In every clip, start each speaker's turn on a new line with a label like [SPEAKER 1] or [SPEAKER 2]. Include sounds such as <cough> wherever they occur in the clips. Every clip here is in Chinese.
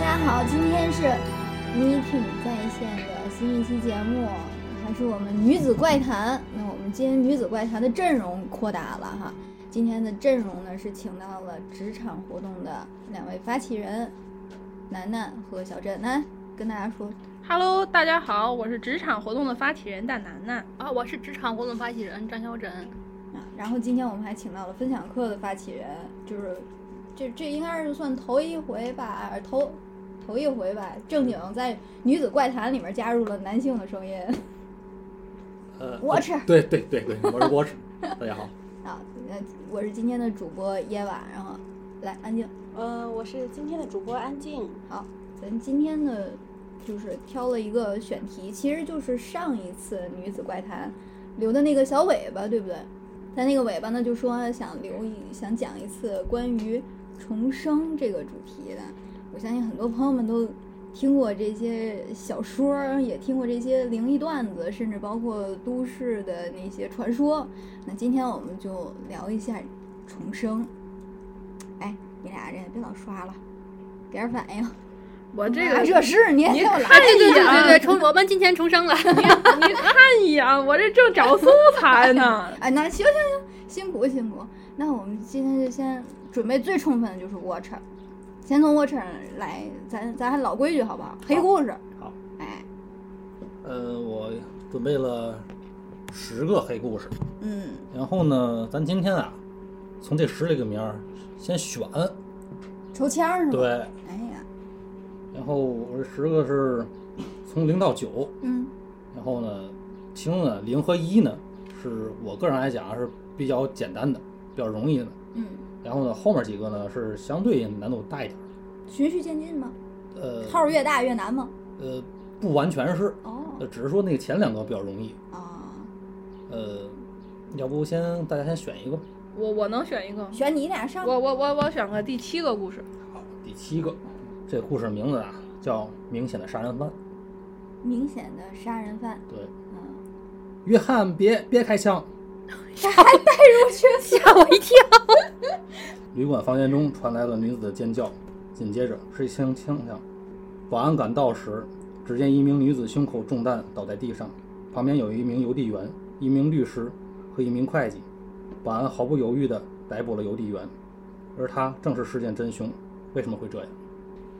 [SPEAKER 1] 家好，今天是 Meeting 在线的新一期节目，还是我们女子怪谈。那我们今天女子怪谈的阵容扩大了哈，今天的阵容呢是请到了职场活动的两位发起人，楠楠和小郑。来跟大家说，
[SPEAKER 2] Hello，大家好，我是职场活动的发起人大楠楠。
[SPEAKER 3] 啊，我是职场活动发起人张小珍。
[SPEAKER 1] 啊，然后今天我们还请到了分享课的发起人，就是这这应该是算头一回吧，呃头头一回吧，正经在女子怪谈里面加入了男性的声音
[SPEAKER 4] 呃
[SPEAKER 1] Watcher
[SPEAKER 4] 对对对对，我是 watch，大家好，
[SPEAKER 1] 啊。呃，我是今天的主播耶瓦，然后来安静。
[SPEAKER 5] 呃，我是今天的主播安静。
[SPEAKER 1] 好，咱今天呢，就是挑了一个选题，其实就是上一次女子怪谈留的那个小尾巴，对不对？咱那个尾巴呢，就说想留一想讲一次关于重生这个主题的。我相信很多朋友们都听过这些小说儿，也听过这些灵异段子，甚至包括都市的那些传说。那今天我们就聊一下重生。哎，你俩这也别老刷了，给点反应。
[SPEAKER 2] 我这
[SPEAKER 1] 啊
[SPEAKER 2] 个，
[SPEAKER 1] 这是你还给我来。
[SPEAKER 2] 看
[SPEAKER 3] 啊对
[SPEAKER 2] 一
[SPEAKER 3] 对对对对，
[SPEAKER 2] 眼，
[SPEAKER 3] 重我们今天重生了。
[SPEAKER 2] 你看一眼，我这正找素材呢
[SPEAKER 1] 哎，那行行行，辛苦辛苦。那我们今天就先准备最充分的就是 Watcher，先从 Watcher 来，咱咱还老规矩好不好？黑故事。
[SPEAKER 4] 好。
[SPEAKER 1] 哎，
[SPEAKER 4] 呃，我准备了十个黑故事，
[SPEAKER 1] 嗯，
[SPEAKER 4] 然后呢，咱今天啊，从这十里个名儿先选，
[SPEAKER 1] 抽签儿是吗？
[SPEAKER 4] 对，。
[SPEAKER 1] 哎呀，
[SPEAKER 4] 然后我这十个是从零到九，
[SPEAKER 1] 嗯
[SPEAKER 4] 然后呢，其中呢零和一呢是我个人来讲啊是比较简单的，比较容易的，
[SPEAKER 1] 嗯，
[SPEAKER 4] 然后呢后面几个呢是相对难度大一点儿，
[SPEAKER 1] 循序渐进吗？
[SPEAKER 4] 呃
[SPEAKER 1] 号儿越大越难吗？
[SPEAKER 4] 呃不完全是，
[SPEAKER 1] 哦
[SPEAKER 4] 呃只是说那个前两个比较容易，
[SPEAKER 1] 啊，
[SPEAKER 4] 呃，要不先大家先选一个吧。
[SPEAKER 2] <laughs> 我我能选一个，
[SPEAKER 1] 选你俩上。
[SPEAKER 2] 我我我我选个第七个故事。
[SPEAKER 4] 好，第七个，这故事名字啊叫《明显的杀人犯》。
[SPEAKER 1] 明显的杀人犯。
[SPEAKER 4] 对，
[SPEAKER 1] 嗯，
[SPEAKER 4] 约翰别别开枪！
[SPEAKER 3] 吓我一跳！
[SPEAKER 4] 旅馆房间中传来了女子的尖叫，紧接着是一声枪响。保安赶到时，只见一名女子胸口中弹倒在地上，旁边有一名邮递员、一名律师和一名会计。保安毫不犹豫地逮捕了邮递员，而他正是事件真凶。为什么会这样？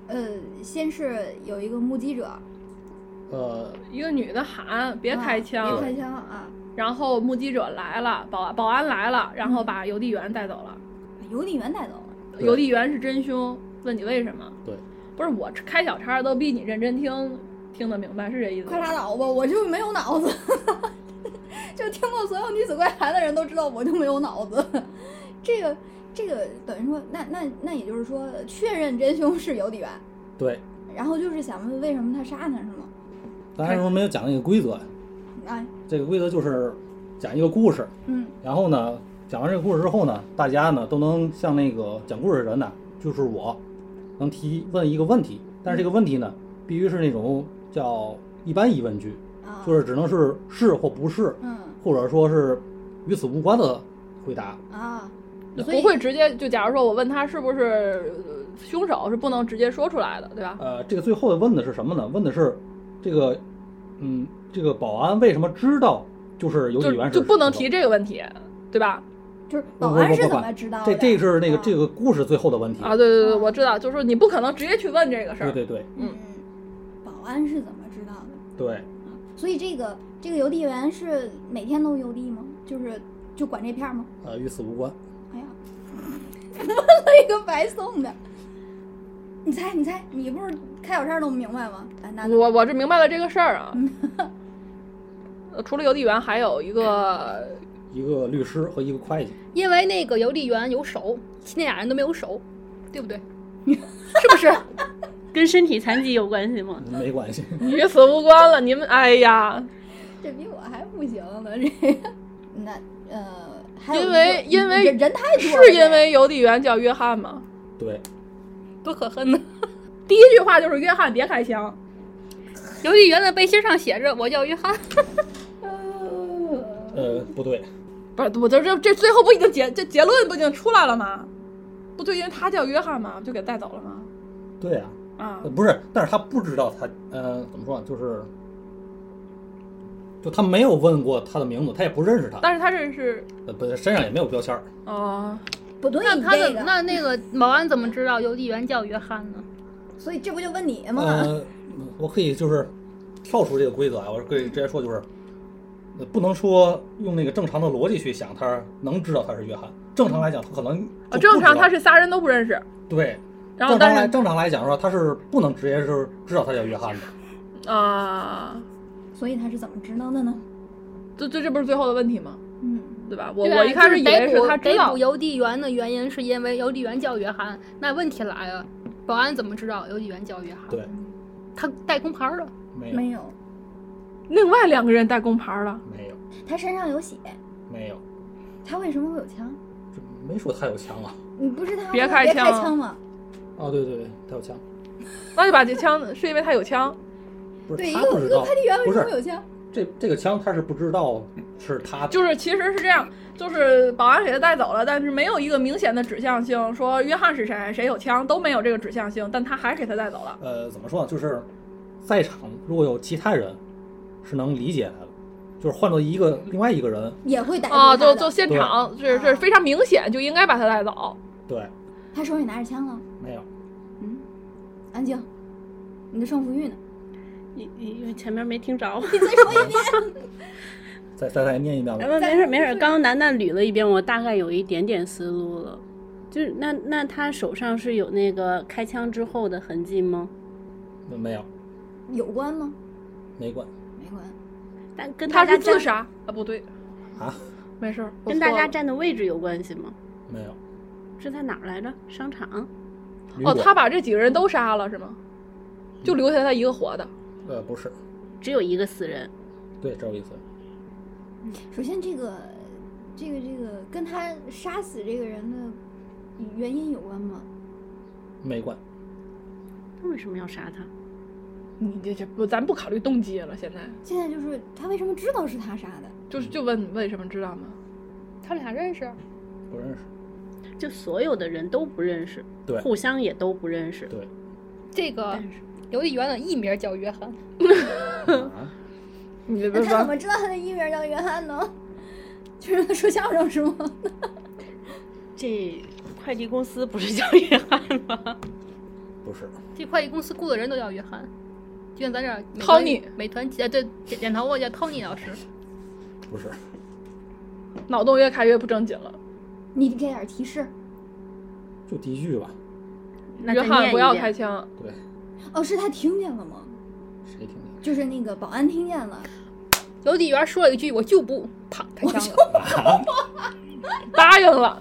[SPEAKER 1] 呃，先是有一个目击者，
[SPEAKER 4] 呃，
[SPEAKER 2] 一个女的喊别
[SPEAKER 1] 啊
[SPEAKER 2] 开枪，
[SPEAKER 1] 别开枪啊！
[SPEAKER 2] 然后目击者来了，保保安来了，然后把邮递员带走了。
[SPEAKER 1] 邮递员带走了。
[SPEAKER 4] 对
[SPEAKER 2] 邮递员是真凶，问你为什么？
[SPEAKER 4] 对，
[SPEAKER 2] 不是我开小差都比你认真听听得明白，是这意思
[SPEAKER 1] 快
[SPEAKER 2] 吗？
[SPEAKER 1] 拉倒吧，我就没有脑子。 <laughs> 就听过所有女子怪谈的人都知道，我就没有脑子。 <laughs> 这个这个等于说，那那那也就是说，确认真凶是邮递员，
[SPEAKER 4] 对，
[SPEAKER 1] 然后就是想问为什么他杀他是吗？
[SPEAKER 4] 当然说没有讲那个规则啊呀。
[SPEAKER 1] 哎，
[SPEAKER 4] 这个规则就是讲一个故事，
[SPEAKER 1] 嗯
[SPEAKER 4] 然后呢，讲完这个故事之后呢，大家呢都能像那个讲故事的人呢，就是我，能提问一个问题，但是这个问题呢，必须是那种叫一般疑问句，
[SPEAKER 1] 啊，
[SPEAKER 4] 就是只能是是或不是，
[SPEAKER 1] 嗯
[SPEAKER 4] 或者说是与此无关的回答。
[SPEAKER 1] 啊，所以
[SPEAKER 2] 不会直接就，假如说我问他是不是呃凶手，是不能直接说出来的，对吧？
[SPEAKER 4] 呃，这个最后问的是什么呢？问的是这个，嗯，这个保安为什么知道就是邮递
[SPEAKER 2] 就
[SPEAKER 4] 员是
[SPEAKER 2] 就不能
[SPEAKER 4] 凶手
[SPEAKER 2] 提这个问题，对吧？
[SPEAKER 1] 就是
[SPEAKER 4] 不
[SPEAKER 1] 保
[SPEAKER 4] 不
[SPEAKER 1] 安
[SPEAKER 4] 不
[SPEAKER 1] 是
[SPEAKER 4] 不
[SPEAKER 1] 怎
[SPEAKER 4] 不
[SPEAKER 1] 么知道的
[SPEAKER 4] 这
[SPEAKER 1] 呀？
[SPEAKER 4] 这是那个
[SPEAKER 1] 啊
[SPEAKER 4] 这个故事最后的问题。
[SPEAKER 2] 嗯啊，对对对，
[SPEAKER 1] 嗯
[SPEAKER 2] 我知道，就是说你不可能直接去问这个事儿
[SPEAKER 4] 对。对对
[SPEAKER 1] 嗯
[SPEAKER 2] 嗯，
[SPEAKER 1] 保安是怎么知道的？
[SPEAKER 4] 对，
[SPEAKER 1] 啊，所以这个这个邮递员是每天都邮递吗？就是就管这片儿吗？
[SPEAKER 4] 呃，与此无关。
[SPEAKER 1] 哎呀， <laughs> 问了一个白送的。你猜，你猜，你不是开小差都明白吗？哎，那
[SPEAKER 2] <laughs> 我我是明白了这个事儿啊。呃除了邮递员，还有一个， <laughs>
[SPEAKER 4] 一个律师和一个会计，
[SPEAKER 3] 因为那个邮递员有手，那俩人都没有手，对不对？是不是？
[SPEAKER 6] 跟身体残疾有关系吗？
[SPEAKER 4] 没关系。 <laughs>
[SPEAKER 2] 与此无关了。你们，哎呀，
[SPEAKER 1] 这比我还不行呢，这个。那呃，还有
[SPEAKER 2] 因
[SPEAKER 1] 一
[SPEAKER 2] 为
[SPEAKER 1] 个
[SPEAKER 2] 因为
[SPEAKER 1] 人人太多了，
[SPEAKER 2] 是因为邮递员叫约翰吗？
[SPEAKER 4] 对，
[SPEAKER 3] 多可恨呢！
[SPEAKER 2] 第一句话就是约翰别开枪，
[SPEAKER 3] 邮递员的背心上写着“我叫约翰
[SPEAKER 4] 呃，不对，
[SPEAKER 2] 不是，我这这这最后不已经结这结论不已经出来了吗？不就因为他叫约翰吗？不就给带走了吗？
[SPEAKER 4] 对啊，
[SPEAKER 6] 啊
[SPEAKER 4] 呃，不是，但是他不知道他，呃，怎么说啊，就是，就他没有问过他的名字，他也不认识他，
[SPEAKER 2] 但是他认识
[SPEAKER 4] 呃，不，身上也没有标签儿，
[SPEAKER 2] 哦，
[SPEAKER 1] 不对，
[SPEAKER 3] 那
[SPEAKER 1] 你
[SPEAKER 3] 他
[SPEAKER 1] 这
[SPEAKER 3] 怎
[SPEAKER 1] 个，
[SPEAKER 3] 那那个保安怎么知道邮递员叫约翰呢？
[SPEAKER 1] 所以这不就问你
[SPEAKER 2] 啊
[SPEAKER 1] 吗？
[SPEAKER 4] 呃，我可以就是跳出这个规则啊，我可以直接说就是，呃不能说用那个正常的逻辑去想，他能知道他是约翰。正常来讲，他可能
[SPEAKER 2] 啊
[SPEAKER 4] 就
[SPEAKER 2] 正常
[SPEAKER 4] 不知道
[SPEAKER 2] 他是仨人都不认识，
[SPEAKER 4] 对，
[SPEAKER 2] 然后
[SPEAKER 4] 正常
[SPEAKER 2] 但
[SPEAKER 4] 来
[SPEAKER 2] 是
[SPEAKER 4] 正常来讲说他是不能直接就是知道他叫约翰的。
[SPEAKER 2] 啊，
[SPEAKER 1] 所以他是怎么知道的呢？
[SPEAKER 2] 这这这不是最后的问题吗？
[SPEAKER 1] 嗯，
[SPEAKER 2] 对吧？我
[SPEAKER 3] 对啊
[SPEAKER 2] 我一开
[SPEAKER 3] 就
[SPEAKER 2] 始以为
[SPEAKER 3] 逮
[SPEAKER 2] 是
[SPEAKER 3] 捕
[SPEAKER 2] 他知
[SPEAKER 3] 逮
[SPEAKER 2] 道
[SPEAKER 3] 捕，邮递员的原因是因为邮递员叫约翰。那问题来了，保安怎么知道邮递员叫约翰？
[SPEAKER 4] 对，
[SPEAKER 3] 他带工牌了。
[SPEAKER 4] 没有，
[SPEAKER 1] 没有，
[SPEAKER 2] 另外两个人带工牌了，
[SPEAKER 4] 没有，
[SPEAKER 1] 他身上有血，
[SPEAKER 4] 没有，
[SPEAKER 1] 他为什么会有枪？
[SPEAKER 4] 这没说他有枪啊。
[SPEAKER 1] 你不是他
[SPEAKER 2] 别
[SPEAKER 1] 说
[SPEAKER 2] 开
[SPEAKER 1] 别
[SPEAKER 2] 枪
[SPEAKER 1] 开枪吗？
[SPEAKER 4] 哦，对对对，他有枪，
[SPEAKER 2] 那就把这枪是因为他有枪，
[SPEAKER 4] 不是
[SPEAKER 1] 对，一
[SPEAKER 4] 他
[SPEAKER 1] 个
[SPEAKER 4] 不知道
[SPEAKER 1] 他，的原为
[SPEAKER 4] 不
[SPEAKER 1] 什
[SPEAKER 4] 是
[SPEAKER 1] 么会有枪？
[SPEAKER 4] 这这个枪他是不知道是他的。
[SPEAKER 2] 就是其实是这样，就是保安给他带走了，但是没有一个明显的指向性，说约翰是谁，谁有枪都没有这个指向性，但他还给他带走了。
[SPEAKER 4] 呃，怎么说呢？就是在场如果有其他人是能理解他的，就是换做一个另外一个人，
[SPEAKER 1] 也会逮捕
[SPEAKER 2] 啊，
[SPEAKER 1] 他
[SPEAKER 2] 就
[SPEAKER 1] 的。
[SPEAKER 2] 就现场，是是
[SPEAKER 1] 啊
[SPEAKER 2] 非常明显，就应该把他带走。
[SPEAKER 4] 对，
[SPEAKER 1] 他手里拿着枪了，
[SPEAKER 4] 没有，
[SPEAKER 1] 嗯，安静，你的胜负欲呢？
[SPEAKER 6] 你你前面没
[SPEAKER 5] <laughs>
[SPEAKER 6] 听着，
[SPEAKER 4] 再再再念一遍吧。
[SPEAKER 6] 呃没事没事，刚刚楠楠捋了一遍，我大概有一点点思路了。就是那那他手上是有那个开枪之后的痕迹吗？
[SPEAKER 4] 没有，
[SPEAKER 1] 有关吗？
[SPEAKER 4] 没关。
[SPEAKER 1] 没关。
[SPEAKER 6] 但跟大
[SPEAKER 2] 他
[SPEAKER 6] 家
[SPEAKER 2] 是自
[SPEAKER 6] 站
[SPEAKER 2] 杀啊，不对
[SPEAKER 4] 啊，
[SPEAKER 2] 没事儿，我
[SPEAKER 6] 跟大
[SPEAKER 2] 错
[SPEAKER 6] 家
[SPEAKER 2] 了
[SPEAKER 6] 站的位置有关系吗？
[SPEAKER 4] 没有。
[SPEAKER 6] 是在哪儿来着？商场？
[SPEAKER 4] 旅
[SPEAKER 2] 哦，
[SPEAKER 4] 馆
[SPEAKER 2] 他把这几个人都杀了是吗？就留下他一个活的。
[SPEAKER 4] 呃不是，
[SPEAKER 6] 只有一个死人。
[SPEAKER 4] 对，只有一次。
[SPEAKER 1] 首先，这个，这个，这个跟他杀死这个人的原因有关吗？
[SPEAKER 4] 没关，
[SPEAKER 6] 他为什么要杀他？
[SPEAKER 2] 你这这不，咱不考虑动机了，现在
[SPEAKER 1] 现在就是他为什么知道是他杀的？
[SPEAKER 2] 就是就问你为什么知道吗？
[SPEAKER 3] 他俩认识，
[SPEAKER 4] 不认识。
[SPEAKER 6] 就所有的人都不认识，
[SPEAKER 4] 对
[SPEAKER 6] 互相也都不认识。
[SPEAKER 4] 对，
[SPEAKER 3] 这个邮递员的艺名叫约翰，
[SPEAKER 4] 啊
[SPEAKER 2] 你这
[SPEAKER 1] 那
[SPEAKER 2] 不
[SPEAKER 1] 他怎么知道他的艺名叫约翰呢？就是他说相声是吗？
[SPEAKER 6] 这快递公司不是叫约翰吗？
[SPEAKER 4] 不是，
[SPEAKER 3] 这快递公司雇的人都叫约翰。就像咱这儿美
[SPEAKER 2] Tony
[SPEAKER 3] 团美团姐对剪剪头发叫 Tony 老师，
[SPEAKER 4] 不是，
[SPEAKER 2] 脑洞越开越不正经了？
[SPEAKER 1] 你给点提示。
[SPEAKER 4] 就第一句吧。
[SPEAKER 6] 那
[SPEAKER 2] 约
[SPEAKER 6] 再念
[SPEAKER 2] 翰
[SPEAKER 6] 一
[SPEAKER 2] 不要
[SPEAKER 6] 遍
[SPEAKER 2] 开枪，
[SPEAKER 4] 对，
[SPEAKER 1] 哦，是他听见了吗？
[SPEAKER 4] 谁听见？
[SPEAKER 1] 就是那个保安听见了，
[SPEAKER 3] 邮递员说了一句“我就不”，啪开枪了。
[SPEAKER 2] 答应了。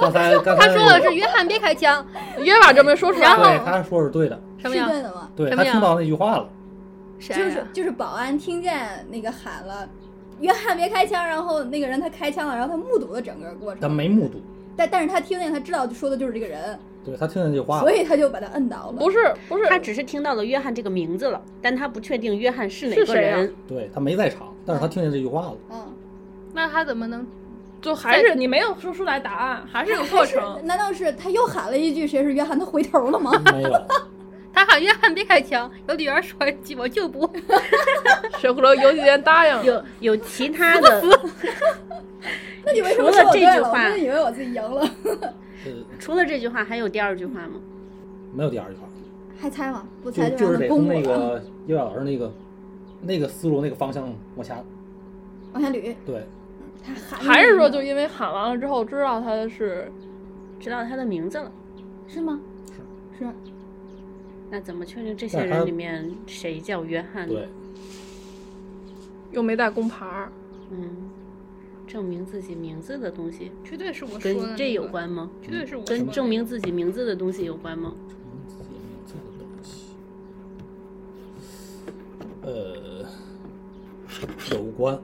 [SPEAKER 4] 刚才刚才
[SPEAKER 3] 哎他说的是约翰别开枪，
[SPEAKER 2] 约把这么说出来
[SPEAKER 3] 然后
[SPEAKER 2] 了，
[SPEAKER 4] 对，他说是对的，
[SPEAKER 3] 什
[SPEAKER 1] 是
[SPEAKER 3] 么呀？
[SPEAKER 1] 对的吗？
[SPEAKER 4] 对
[SPEAKER 3] 什
[SPEAKER 4] 他
[SPEAKER 3] 么呀
[SPEAKER 4] 听到那句话了。
[SPEAKER 3] 谁啊呀、
[SPEAKER 1] 就是就是保安听见那个喊了。约翰别开枪，然后那个人他开枪了，然后他目睹了整个过
[SPEAKER 4] 他
[SPEAKER 1] 程，
[SPEAKER 4] 没目睹，
[SPEAKER 1] 但但是他听见他知道说的就是这个人，
[SPEAKER 4] 对他听见这句话了
[SPEAKER 1] 所。以他就把他摁倒了。
[SPEAKER 2] 不是不是，
[SPEAKER 6] 他只是听到了约翰这个名字了，但他不确定约翰是哪
[SPEAKER 2] 是
[SPEAKER 6] 个
[SPEAKER 2] 谁啊
[SPEAKER 6] 人。
[SPEAKER 4] 对他没在场，但是他听见这句话了。
[SPEAKER 3] <laughs>
[SPEAKER 1] 嗯，
[SPEAKER 3] 那他怎么能？
[SPEAKER 2] 就还是你没有说出来答案，还 <laughs> 是有过程。
[SPEAKER 1] 难道是他又喊了一句“谁是约翰”？他回头了吗？
[SPEAKER 4] 没有，
[SPEAKER 3] 他喊约翰别开枪，邮递员说一句“我就不
[SPEAKER 2] 水葫芦邮递员答应了，
[SPEAKER 6] <laughs> 有有其他的，
[SPEAKER 1] 那你为什么
[SPEAKER 6] 除
[SPEAKER 1] 说
[SPEAKER 6] 了
[SPEAKER 1] 我
[SPEAKER 6] 这
[SPEAKER 1] 对
[SPEAKER 6] 句
[SPEAKER 1] 了？我
[SPEAKER 6] 话
[SPEAKER 1] 真的以为我自己赢了，
[SPEAKER 4] 呃，
[SPEAKER 6] 除了这句话，还有第二句话吗？
[SPEAKER 4] 没有第二句话，
[SPEAKER 1] <laughs> 还猜吗？不
[SPEAKER 4] 就
[SPEAKER 1] 猜
[SPEAKER 4] 就
[SPEAKER 1] 让
[SPEAKER 4] 是
[SPEAKER 1] 他
[SPEAKER 4] 得
[SPEAKER 1] 公
[SPEAKER 4] 从
[SPEAKER 1] 布
[SPEAKER 4] 那
[SPEAKER 1] 了。
[SPEAKER 3] 啊
[SPEAKER 4] 个叶老师那个那个思路那个方向往下。
[SPEAKER 1] 往下捋，
[SPEAKER 4] 对，
[SPEAKER 1] 他喊
[SPEAKER 2] 还是说
[SPEAKER 1] 你
[SPEAKER 2] 就因为喊完了之后知道他是
[SPEAKER 6] 知道他的名字了，
[SPEAKER 1] 是吗？是是，
[SPEAKER 6] 那怎么确定这些
[SPEAKER 4] 但他
[SPEAKER 6] 人里面谁叫约翰呢
[SPEAKER 4] 对？，
[SPEAKER 2] 又没带工牌儿，
[SPEAKER 6] 嗯，证明自己名字的东西”，
[SPEAKER 3] 绝对是我说的、
[SPEAKER 6] 跟这有，关吗？嗯
[SPEAKER 3] 绝对是我说的
[SPEAKER 6] 跟证明自己名字的东西有关吗？
[SPEAKER 4] 自己名字的东西。呃，有关，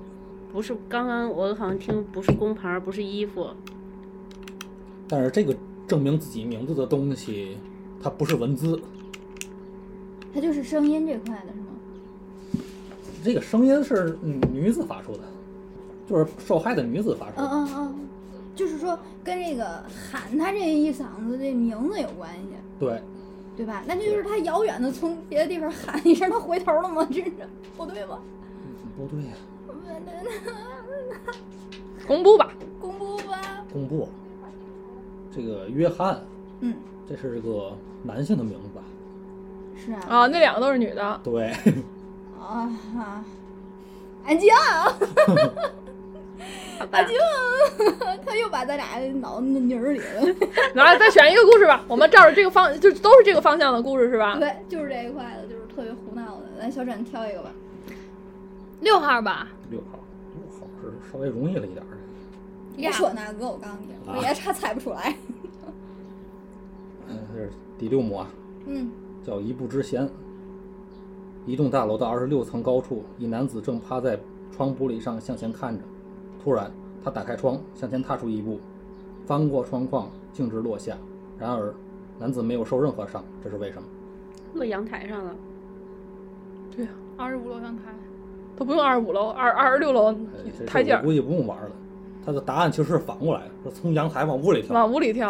[SPEAKER 6] 不是，刚刚我好像听不是工牌，不是衣服，
[SPEAKER 4] 但是这个证明自己名字的东西，它不是文字。
[SPEAKER 1] 他就是声音这块的是吗？
[SPEAKER 4] 这个声音是嗯女子发出的，就是受害的女子发出
[SPEAKER 1] 嗯
[SPEAKER 4] 的。
[SPEAKER 1] 嗯嗯，就是说跟这个喊他这一嗓子这名字有关系。
[SPEAKER 4] 对，
[SPEAKER 1] 对吧？那就是他遥远的从别的地方喊一声，他回头了吗？这是不对吗？
[SPEAKER 4] 不对呀、
[SPEAKER 2] 公布吧，
[SPEAKER 1] 公布吧，
[SPEAKER 4] 公布。这个约翰，
[SPEAKER 1] 嗯，
[SPEAKER 4] 这是个男性的名字吧？
[SPEAKER 1] 是啊，
[SPEAKER 2] 啊，那两个都是女的，
[SPEAKER 4] 对， <laughs>
[SPEAKER 1] 啊哈，安静啊，
[SPEAKER 2] 好吧
[SPEAKER 1] 安静啊，他又把咱俩脑子泥儿里了。
[SPEAKER 2] 来再选一个故事吧，我们照着这个方，就都是这个方向的故事是吧？
[SPEAKER 1] 对，就是这一块的，就是特别胡闹的。来，小展挑一个吧。
[SPEAKER 3] 六号吧，
[SPEAKER 4] 六号，六号是稍微容易了一点儿。
[SPEAKER 1] 别说那个，我告诉你，我也差猜不出来。
[SPEAKER 4] 嗯，这是第六幕啊，
[SPEAKER 1] 嗯，
[SPEAKER 4] 叫一步之嫌。一栋大楼的二十六层高处，一男子正趴在窗玻璃上向前看着。突然，他打开窗，向前踏出一步，翻过窗框，径直落下。然而，男子没有受任何伤，这是为什么？
[SPEAKER 6] 落阳台上了，
[SPEAKER 2] 对呀，
[SPEAKER 3] 二十五楼阳台，
[SPEAKER 2] 都不用二十五楼，二二十六楼
[SPEAKER 4] 哎这事
[SPEAKER 2] 台阶
[SPEAKER 4] 我
[SPEAKER 2] 儿
[SPEAKER 4] 估计不用玩了。他的答案其实是反过来的，是从阳台往屋里跳。
[SPEAKER 2] 往屋里跳，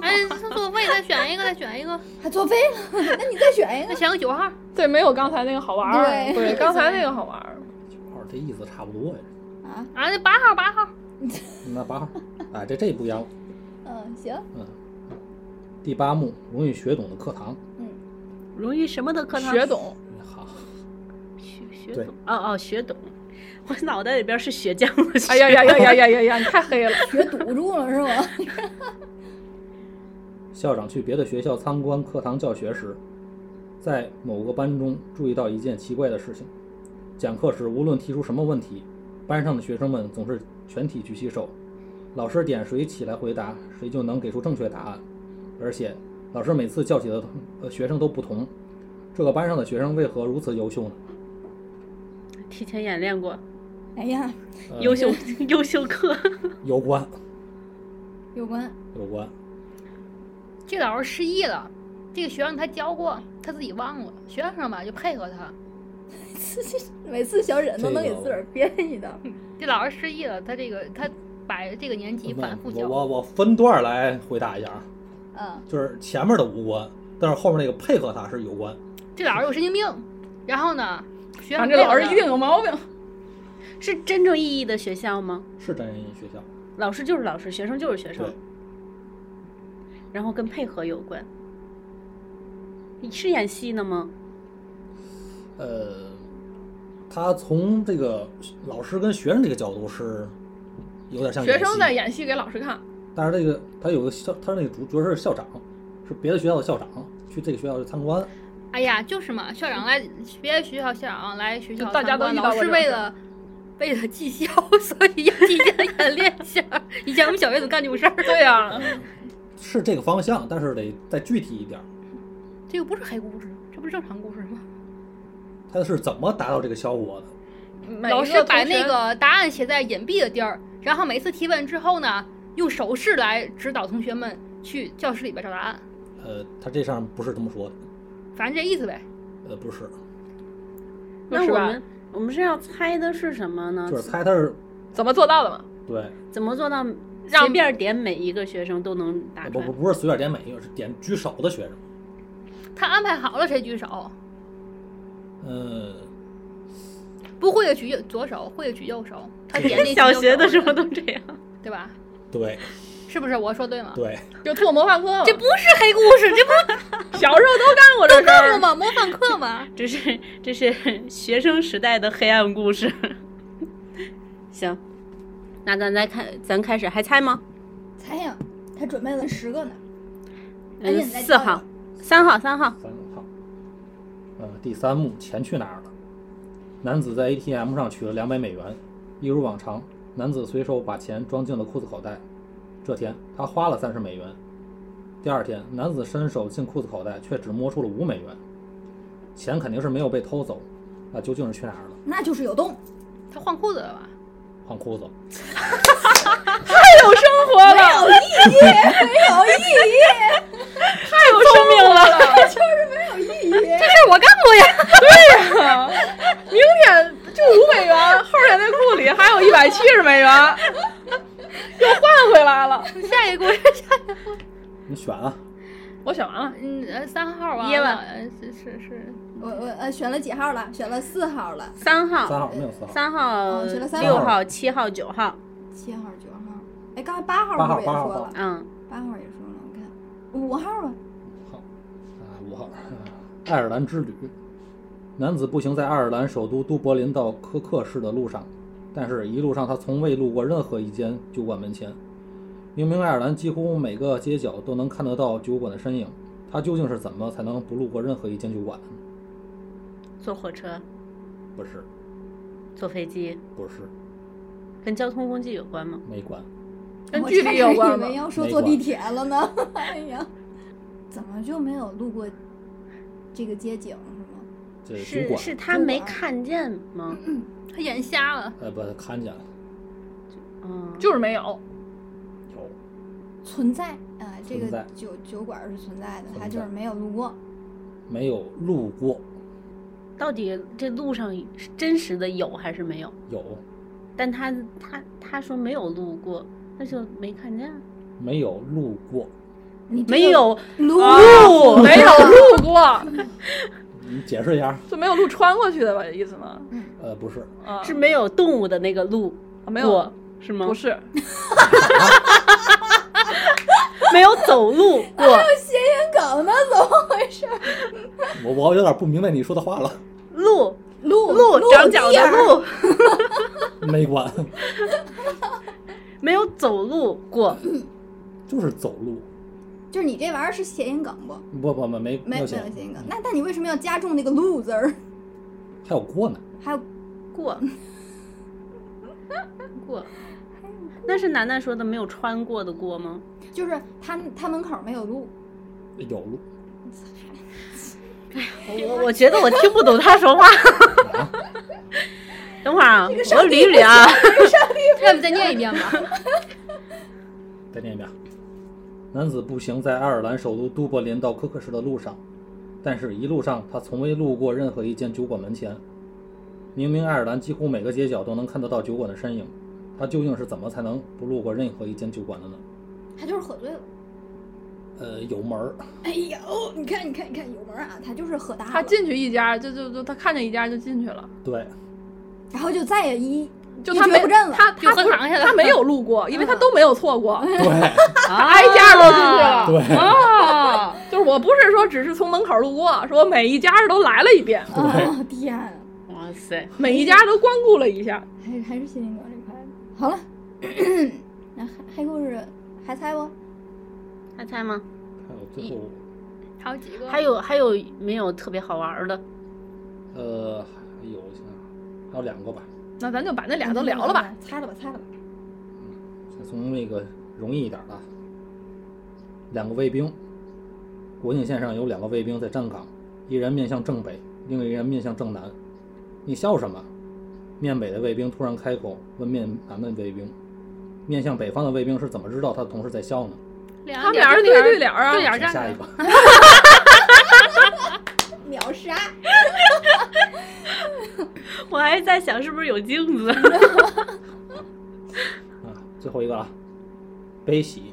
[SPEAKER 3] 哎，这座位再选一个，再选一个，
[SPEAKER 1] 还作废了， <laughs> 那你再选一
[SPEAKER 3] 再
[SPEAKER 1] 个。
[SPEAKER 3] 选个九号。啊
[SPEAKER 2] 这没有刚才那个好玩儿，
[SPEAKER 1] 对
[SPEAKER 2] 对，刚才那个好玩儿，
[SPEAKER 4] 哦，这意思差不多呀。
[SPEAKER 1] 啊，
[SPEAKER 3] 啊，那八号八号，
[SPEAKER 4] 那八号，哎，这这不一样了。
[SPEAKER 1] 嗯，行，
[SPEAKER 4] 嗯，第八幕容易学懂的课堂。
[SPEAKER 6] 容易什么的课堂
[SPEAKER 2] 学懂，
[SPEAKER 4] 好，
[SPEAKER 6] 学学
[SPEAKER 4] 对
[SPEAKER 6] 懂哦哦学懂， <laughs> 我脑袋里边是血浆的血。
[SPEAKER 2] 哎呀呀呀呀呀呀呀，你太黑了，
[SPEAKER 1] 学堵住了是吗？
[SPEAKER 4] 校长去别的学校参观课堂教学时，在某个班中注意到一件奇怪的事情：讲课时无论提出什么问题，班上的学生们总是全体举起手，老师点谁起来回答，谁就能给出正确答案。而且，老师每次叫起的同呃学生都不同，这个班上的学生为何如此优秀呢？
[SPEAKER 6] 提前演练过，
[SPEAKER 1] 哎呀，
[SPEAKER 4] 呃
[SPEAKER 6] 优秀 <laughs> 优秀课，
[SPEAKER 4] 有关
[SPEAKER 1] 有关
[SPEAKER 4] 有关，
[SPEAKER 3] 这老师失忆了，这个学生他教过，他自己忘了，学生吧就配合他。
[SPEAKER 1] 每次小忍都能给自个儿编一道。
[SPEAKER 3] 这老师失忆了，他这个他把这个年级反复
[SPEAKER 4] 我
[SPEAKER 3] 教，
[SPEAKER 4] 我我分段儿来回答一下啊，
[SPEAKER 1] 嗯，
[SPEAKER 4] 就是前面的无关，但是后面那个配合它是有关。
[SPEAKER 3] 这老师有神经病。然后呢，学生
[SPEAKER 2] 反正这老师
[SPEAKER 3] 配合
[SPEAKER 2] 一定有毛病。
[SPEAKER 6] 是真正意义的学校吗？
[SPEAKER 4] 是真人学校，
[SPEAKER 6] 老师就是老师，学生就是学生
[SPEAKER 4] 对，
[SPEAKER 6] 然后跟配合有关。你是演戏呢吗？
[SPEAKER 4] 呃，他从这个老师跟学生这个角度是有点像
[SPEAKER 2] 学
[SPEAKER 4] 演
[SPEAKER 2] 生
[SPEAKER 4] 戏
[SPEAKER 2] 在，演戏给老师看，
[SPEAKER 4] 但是这个他有个校，他那个主角是校长，是别的学校的校长，去这个学校去参观，
[SPEAKER 3] 他哎呀，就是嘛，校长来别的学校校长来学校
[SPEAKER 2] 就大家
[SPEAKER 3] 参观
[SPEAKER 2] 都遇到
[SPEAKER 3] 老
[SPEAKER 2] 过
[SPEAKER 3] 师
[SPEAKER 2] 这种
[SPEAKER 3] 为
[SPEAKER 2] 事儿
[SPEAKER 3] 了为了绩效， <laughs> 所以要提前演练一下。以前我们小学怎么干这种事儿？
[SPEAKER 2] 对呀、
[SPEAKER 4] 是这个方向，但是得再具体一点儿，
[SPEAKER 3] 这个不是黑故事，这不是正常故事吗？
[SPEAKER 4] 他是怎么达到这个效果的？
[SPEAKER 2] 每一
[SPEAKER 3] 老
[SPEAKER 2] 个
[SPEAKER 3] 师把
[SPEAKER 2] 同学
[SPEAKER 3] 那个答案写在隐蔽的地儿，然后每次提问之后呢，用手势来指导同学们去教室里边找答案，
[SPEAKER 4] 呃，他这上不是这么说的，
[SPEAKER 3] 反正这意思呗。
[SPEAKER 4] 呃，不是，
[SPEAKER 6] 那
[SPEAKER 2] 是
[SPEAKER 6] 我
[SPEAKER 2] 吧
[SPEAKER 6] 们我们是要猜的是什么呢
[SPEAKER 2] 嗯
[SPEAKER 4] 就？是猜他是
[SPEAKER 2] 怎么做到的嘛？
[SPEAKER 4] 对，
[SPEAKER 6] 怎么做到
[SPEAKER 2] 让
[SPEAKER 6] 随便点每一个学生都能答出
[SPEAKER 4] 不
[SPEAKER 6] 来
[SPEAKER 4] 不？不是随便点每一个，是点举手的学生，
[SPEAKER 3] 他安排好了谁举手，
[SPEAKER 4] 呃，
[SPEAKER 3] 不会的举右左手，会的举右手。他点
[SPEAKER 6] <laughs>
[SPEAKER 3] 那
[SPEAKER 6] 小学的时候
[SPEAKER 3] 候，
[SPEAKER 6] 都这样， <laughs>
[SPEAKER 3] 对吧？
[SPEAKER 4] 对
[SPEAKER 3] 是不是我说对吗？
[SPEAKER 4] 对，
[SPEAKER 2] 就做模范课嘛，
[SPEAKER 3] 这不是黑故事，这不
[SPEAKER 2] 小时候都干过这
[SPEAKER 3] 是
[SPEAKER 2] 事
[SPEAKER 3] 干过
[SPEAKER 2] 儿。
[SPEAKER 3] 吗？模范课吗？
[SPEAKER 6] 这是这是学生时代的黑暗故事。 <laughs> 行，那咱再看，咱开始还猜吗？
[SPEAKER 1] 猜呀，他准备了十个呢。赶
[SPEAKER 6] 嗯，
[SPEAKER 1] 紧再
[SPEAKER 6] 四
[SPEAKER 1] 跳
[SPEAKER 6] 号、三号、三号，
[SPEAKER 4] 三号。呃，第三幕钱去哪儿了？男子在 ATM 上取了两百美元，一如往常，男子随手把钱装进了裤子口袋。这天他花了三十美元。第二天，男子伸手进裤子口袋，却只摸出了五美元。钱肯定是没有被偷走，那究竟是去哪儿了？
[SPEAKER 1] 那就是有洞，
[SPEAKER 3] 他换裤子了吧？
[SPEAKER 4] 换裤子。
[SPEAKER 2] 生活了，
[SPEAKER 1] 有意 <laughs> 义，没
[SPEAKER 2] 太有生命了。
[SPEAKER 1] 有意义，
[SPEAKER 3] 这事儿我干过呀。
[SPEAKER 2] 明天就五美元，后天那库里还有一百七十美元，又换回来了。
[SPEAKER 3] 下一个故事，下一个故事
[SPEAKER 4] 你选啊，
[SPEAKER 2] 我我选完了，
[SPEAKER 3] <laughs> 嗯，呃，三号啊，
[SPEAKER 2] 耶吧
[SPEAKER 3] 呃是是是，
[SPEAKER 1] 我我呃选了几号了？选了四号了，
[SPEAKER 6] 三号、
[SPEAKER 4] 三号没有四号，
[SPEAKER 6] 三号、
[SPEAKER 1] 哦选了三
[SPEAKER 6] 六
[SPEAKER 4] 号
[SPEAKER 6] 号、七号、九号，
[SPEAKER 1] 七号、九号。哎，刚才八号
[SPEAKER 4] 八
[SPEAKER 1] 是
[SPEAKER 4] 号
[SPEAKER 1] 不是也
[SPEAKER 4] 八号
[SPEAKER 1] 说
[SPEAKER 4] 八
[SPEAKER 1] 了
[SPEAKER 4] 号？
[SPEAKER 6] 嗯，
[SPEAKER 1] 八号也说了，我看五号吧。
[SPEAKER 4] 啊，五号，爱尔兰之旅。男子步行在爱尔兰首都都柏林到科克市的路上，但是一路上他从未路过任何一间酒馆门前。明明爱尔兰几乎每个街角都能看得到酒馆的身影，他究竟是怎么才能不路过任何一间酒馆？
[SPEAKER 6] 坐火车、
[SPEAKER 4] 不是，
[SPEAKER 6] 坐飞机，
[SPEAKER 4] 不是，
[SPEAKER 6] 跟交通工具有关吗？
[SPEAKER 4] 没关。
[SPEAKER 2] 跟
[SPEAKER 1] 我
[SPEAKER 2] 距
[SPEAKER 1] 差
[SPEAKER 2] 离
[SPEAKER 1] 点
[SPEAKER 2] 有关
[SPEAKER 1] 以
[SPEAKER 2] 吗
[SPEAKER 1] 为？要说
[SPEAKER 4] 没
[SPEAKER 1] 坐地
[SPEAKER 4] 关
[SPEAKER 1] 铁了呢。 <laughs> 哎呀，怎么就没有路过这个街景是吗？
[SPEAKER 4] 这酒
[SPEAKER 6] 是
[SPEAKER 4] 馆，
[SPEAKER 6] 是他
[SPEAKER 1] 酒
[SPEAKER 6] 没
[SPEAKER 1] 馆
[SPEAKER 6] 看见吗？
[SPEAKER 3] 他眼瞎了，
[SPEAKER 4] 呃，不看见了，
[SPEAKER 6] 嗯，
[SPEAKER 2] 就是没有。
[SPEAKER 4] 有
[SPEAKER 1] 存在啊、这
[SPEAKER 4] 存
[SPEAKER 1] 个
[SPEAKER 4] 在
[SPEAKER 1] 酒酒馆是存在的，
[SPEAKER 4] 存
[SPEAKER 1] 它就是
[SPEAKER 4] 在
[SPEAKER 1] 没有路过。
[SPEAKER 4] 没有路过？
[SPEAKER 6] 到底这路上是真实的有还是没有？
[SPEAKER 4] 有
[SPEAKER 6] 但他他他说没有路过，那就没看见，
[SPEAKER 4] 没有路过？
[SPEAKER 1] 你这
[SPEAKER 6] 没
[SPEAKER 1] 个
[SPEAKER 6] 有
[SPEAKER 1] 路
[SPEAKER 6] 哦
[SPEAKER 2] 没有路过，
[SPEAKER 4] 你解释一下？
[SPEAKER 2] 就没有路穿过去的吧？意思吗？
[SPEAKER 4] 呃，不是，
[SPEAKER 2] 啊，
[SPEAKER 6] <laughs> 是没有动物的那个路
[SPEAKER 2] 啊没
[SPEAKER 6] 过
[SPEAKER 2] 有，
[SPEAKER 6] 是吗？
[SPEAKER 2] 不，是，
[SPEAKER 6] 没有走路过
[SPEAKER 1] 谐音梗呢？怎么回事？
[SPEAKER 4] 我我有点不明白你说的话了。
[SPEAKER 6] 路
[SPEAKER 1] 路
[SPEAKER 6] 路长脚
[SPEAKER 1] 地啊
[SPEAKER 6] 的
[SPEAKER 1] 儿
[SPEAKER 6] 路，
[SPEAKER 4] 没关，
[SPEAKER 6] 没有走路过，
[SPEAKER 4] 就是走路。
[SPEAKER 1] <laughs> 就是你这玩意儿是谐音梗不？
[SPEAKER 4] 不不不，没
[SPEAKER 1] 没没有
[SPEAKER 4] 有
[SPEAKER 1] 谐
[SPEAKER 4] 钱，
[SPEAKER 1] 音梗。那但你为什么要加重那个路字儿？
[SPEAKER 4] 还有锅呢。
[SPEAKER 1] 还有
[SPEAKER 6] 过过，那是楠楠说的没有穿过的过吗？
[SPEAKER 1] 就是他他门口没有路，
[SPEAKER 4] 有路，
[SPEAKER 6] 我我觉得我听不懂他 <laughs> 说话。等会儿啊，我捋捋啊，
[SPEAKER 3] 要不再念一遍吧？
[SPEAKER 4] 再念一遍。男子步行在爱尔兰首都都柏林到科克市的路上，但是一路上他从未路过任何一间酒馆门前。明明爱尔兰几乎每个街角都能看得到酒馆的身影，他究竟是怎么才能不路过任何一间酒馆的呢？
[SPEAKER 1] 他就是喝醉了。
[SPEAKER 4] 呃，有门儿，
[SPEAKER 1] 哎呦，你看你看你看油门啊，他就是喝大了，
[SPEAKER 2] 他进去一家，就就就他看见一家就进去了，
[SPEAKER 4] 对，
[SPEAKER 1] 然后就再也一
[SPEAKER 2] 就
[SPEAKER 1] 一
[SPEAKER 2] 他
[SPEAKER 1] 蹶
[SPEAKER 2] 没
[SPEAKER 1] 不振了
[SPEAKER 2] 他
[SPEAKER 3] 就
[SPEAKER 2] 他
[SPEAKER 3] 喝
[SPEAKER 2] 不是
[SPEAKER 3] 糖去了
[SPEAKER 2] 他没有路过，因为他都没有错过，
[SPEAKER 4] 对，
[SPEAKER 6] 啊
[SPEAKER 2] 挨
[SPEAKER 6] 哎
[SPEAKER 2] 家都进去
[SPEAKER 6] <laughs>
[SPEAKER 2] 了。啊
[SPEAKER 3] 哦，
[SPEAKER 4] 对
[SPEAKER 2] 就是我不是说只是从门口路过，说每一家都来了一遍，
[SPEAKER 1] 啊天啊，
[SPEAKER 6] 哇塞，
[SPEAKER 2] 每一家都光顾了一下。
[SPEAKER 1] 还是还是谐音梗这块儿。好了，那黑黑故事还猜不？
[SPEAKER 6] 还猜吗？
[SPEAKER 4] 还有最后，
[SPEAKER 3] 还有几个？
[SPEAKER 6] 还有还有没有特别好玩儿的？
[SPEAKER 4] 呃，还有想想还有两个吧，
[SPEAKER 2] 那咱就把那俩都聊了吧。，
[SPEAKER 1] 嗯猜了吧，猜了吧。
[SPEAKER 4] 先从那个容易一点的，两个卫兵，国境线上有两个卫兵在站岗，一人面向正北，另一人面向正南。你笑什么？面北的卫兵突然开口问面南的卫兵，面向北方的卫兵是怎么知道他同事在笑呢？
[SPEAKER 3] 两
[SPEAKER 2] 他们俩人对对脸儿啊
[SPEAKER 3] 对，脸
[SPEAKER 4] 请
[SPEAKER 3] 站
[SPEAKER 4] 下一
[SPEAKER 3] 着，
[SPEAKER 4] 个，
[SPEAKER 1] 秒杀！
[SPEAKER 6] 我还在想是不是有镜子。
[SPEAKER 4] 啊，最后一个啊，悲喜。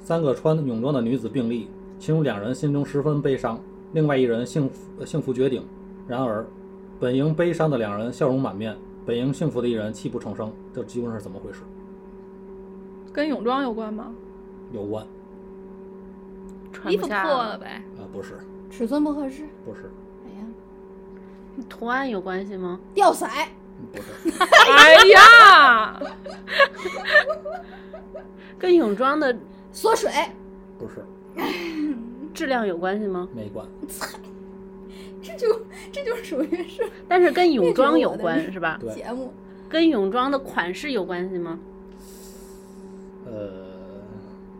[SPEAKER 4] 三个穿泳装的女子并立，其中两人心中十分悲伤，另外一人幸福呃幸福绝顶。然而，本应悲伤的两人笑容满面，本应幸福的一人泣不成声。这究竟是怎么回事？
[SPEAKER 2] 跟泳装有关吗？
[SPEAKER 4] 有关啊、
[SPEAKER 6] 穿
[SPEAKER 3] 衣
[SPEAKER 6] 不
[SPEAKER 3] 服破
[SPEAKER 6] 下
[SPEAKER 3] 了，呗，
[SPEAKER 4] 不是，
[SPEAKER 1] 尺寸不合适，
[SPEAKER 4] 不是，
[SPEAKER 1] 哎呀，
[SPEAKER 6] 图案有关系吗？
[SPEAKER 1] 掉色儿。
[SPEAKER 4] 不是，
[SPEAKER 2] 哎呀，
[SPEAKER 6] 跟泳装的
[SPEAKER 1] 缩水，
[SPEAKER 4] 不是，
[SPEAKER 6] 质量有关系吗？
[SPEAKER 4] 没关。
[SPEAKER 1] 这就这就属于是
[SPEAKER 6] 但是跟泳装有
[SPEAKER 1] 那是我
[SPEAKER 6] 关
[SPEAKER 1] 的
[SPEAKER 6] 是吧？
[SPEAKER 4] 对
[SPEAKER 1] 节目，
[SPEAKER 6] 跟泳装的款式有关系吗？
[SPEAKER 4] 呃，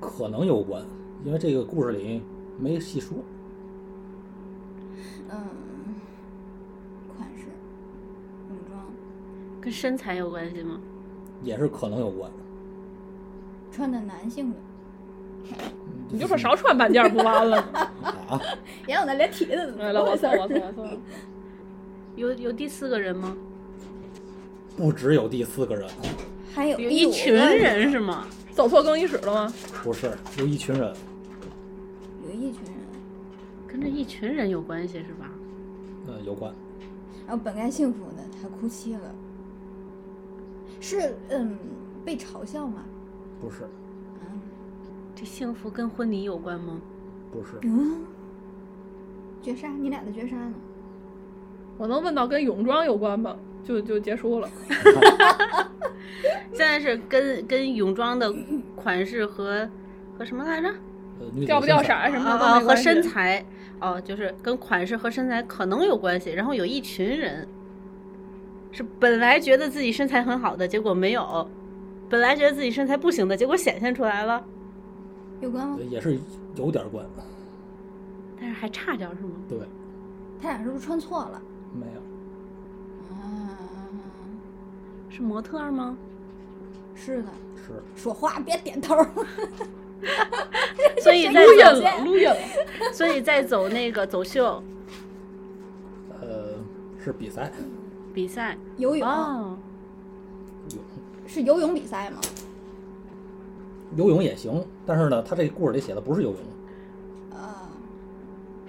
[SPEAKER 4] 可能有关，因为这个故事里没细说。
[SPEAKER 1] 嗯，款式，泳装，
[SPEAKER 6] 跟身材有关系吗？
[SPEAKER 4] 也是可能有关，
[SPEAKER 1] 穿的男性的，
[SPEAKER 2] 你就说少穿半件儿不完了
[SPEAKER 4] <laughs>
[SPEAKER 2] 吗？
[SPEAKER 4] 啊，
[SPEAKER 1] 然后咱连提的怎
[SPEAKER 6] 哎
[SPEAKER 2] 来了，我错，我错，我错。
[SPEAKER 6] 有有第四个人吗？
[SPEAKER 4] 不只有第四个人，
[SPEAKER 1] 还有
[SPEAKER 6] 有
[SPEAKER 1] 第
[SPEAKER 6] 一
[SPEAKER 1] 五
[SPEAKER 6] 群
[SPEAKER 1] 个
[SPEAKER 6] 人是吗？
[SPEAKER 2] 走错更衣室了吗？
[SPEAKER 4] 不是，有一群人，
[SPEAKER 1] 有一一群人，
[SPEAKER 6] 跟这一群人有关系是吧？
[SPEAKER 4] 呃，有关。
[SPEAKER 1] 然后本该幸福的他哭泣了，是嗯被嘲笑嘛？
[SPEAKER 4] 不是，
[SPEAKER 1] 嗯
[SPEAKER 6] 这幸福跟婚礼有关吗？
[SPEAKER 4] 不是，
[SPEAKER 1] 嗯，绝杀，你俩的绝杀呢？
[SPEAKER 2] 我能问到跟泳装有关吗？就就结束了。
[SPEAKER 6] 现在是
[SPEAKER 2] 嗯
[SPEAKER 6] 跟跟泳装的款式和和什么来着？
[SPEAKER 4] 呃，女子
[SPEAKER 2] 掉不掉
[SPEAKER 4] 身
[SPEAKER 2] 色
[SPEAKER 4] 材
[SPEAKER 2] 儿什么的都
[SPEAKER 6] 啊
[SPEAKER 2] 没
[SPEAKER 6] 和
[SPEAKER 2] 关系
[SPEAKER 6] 身材哦，就是跟款式和身材可能有关系。然后有一群人是本来觉得自己身材很好的，结果没有；本来觉得自己身材不行的，结果显现出来了，
[SPEAKER 1] 有关吗
[SPEAKER 4] 呃？也是有点关，
[SPEAKER 6] 但是还差点儿是吗？
[SPEAKER 4] 对，
[SPEAKER 1] 他俩是不是穿错了？
[SPEAKER 4] 没有，
[SPEAKER 1] 啊，
[SPEAKER 6] 是模特儿吗？
[SPEAKER 1] 是的，
[SPEAKER 4] 是
[SPEAKER 1] 说话别点头。
[SPEAKER 2] <laughs>
[SPEAKER 6] 所以在
[SPEAKER 2] 录音
[SPEAKER 6] 走，
[SPEAKER 2] 了，录音了。
[SPEAKER 6] 所以在走那个走秀
[SPEAKER 4] 呃是比赛，
[SPEAKER 6] 比赛
[SPEAKER 1] 游泳、
[SPEAKER 6] 哦，
[SPEAKER 4] 有
[SPEAKER 1] 是游泳比赛吗？
[SPEAKER 4] 游泳也行，但是呢，他这故事里写的不是游泳，
[SPEAKER 1] 啊，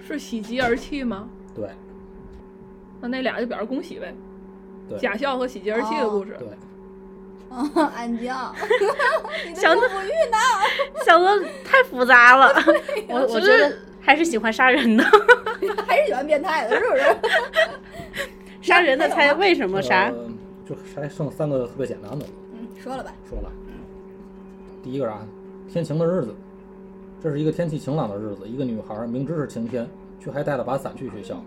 [SPEAKER 2] 是喜极而泣吗？
[SPEAKER 4] 对
[SPEAKER 2] 那那俩就表示恭喜呗。
[SPEAKER 4] 对
[SPEAKER 2] 假笑和喜极而泣的故事。
[SPEAKER 4] 对，
[SPEAKER 1] <laughs> 啊，安静， <laughs> 你
[SPEAKER 6] 想
[SPEAKER 1] 的母语呢？
[SPEAKER 6] <laughs> 想的太复杂 <laughs> 了，我我
[SPEAKER 2] 其
[SPEAKER 6] 觉
[SPEAKER 2] 实
[SPEAKER 6] 得还是喜欢杀人 <laughs> 的，
[SPEAKER 1] <laughs> 还是喜欢变态的，是不
[SPEAKER 3] <laughs>
[SPEAKER 1] 是？
[SPEAKER 6] 杀人的才为什么杀？
[SPEAKER 4] 呃就还剩三个特别简单的了
[SPEAKER 1] 嗯，说了吧。
[SPEAKER 4] 说了，第一个啥？天晴的日子，这是一个天气晴朗的日子，一个女孩明知是晴天，却还带了把伞去学校。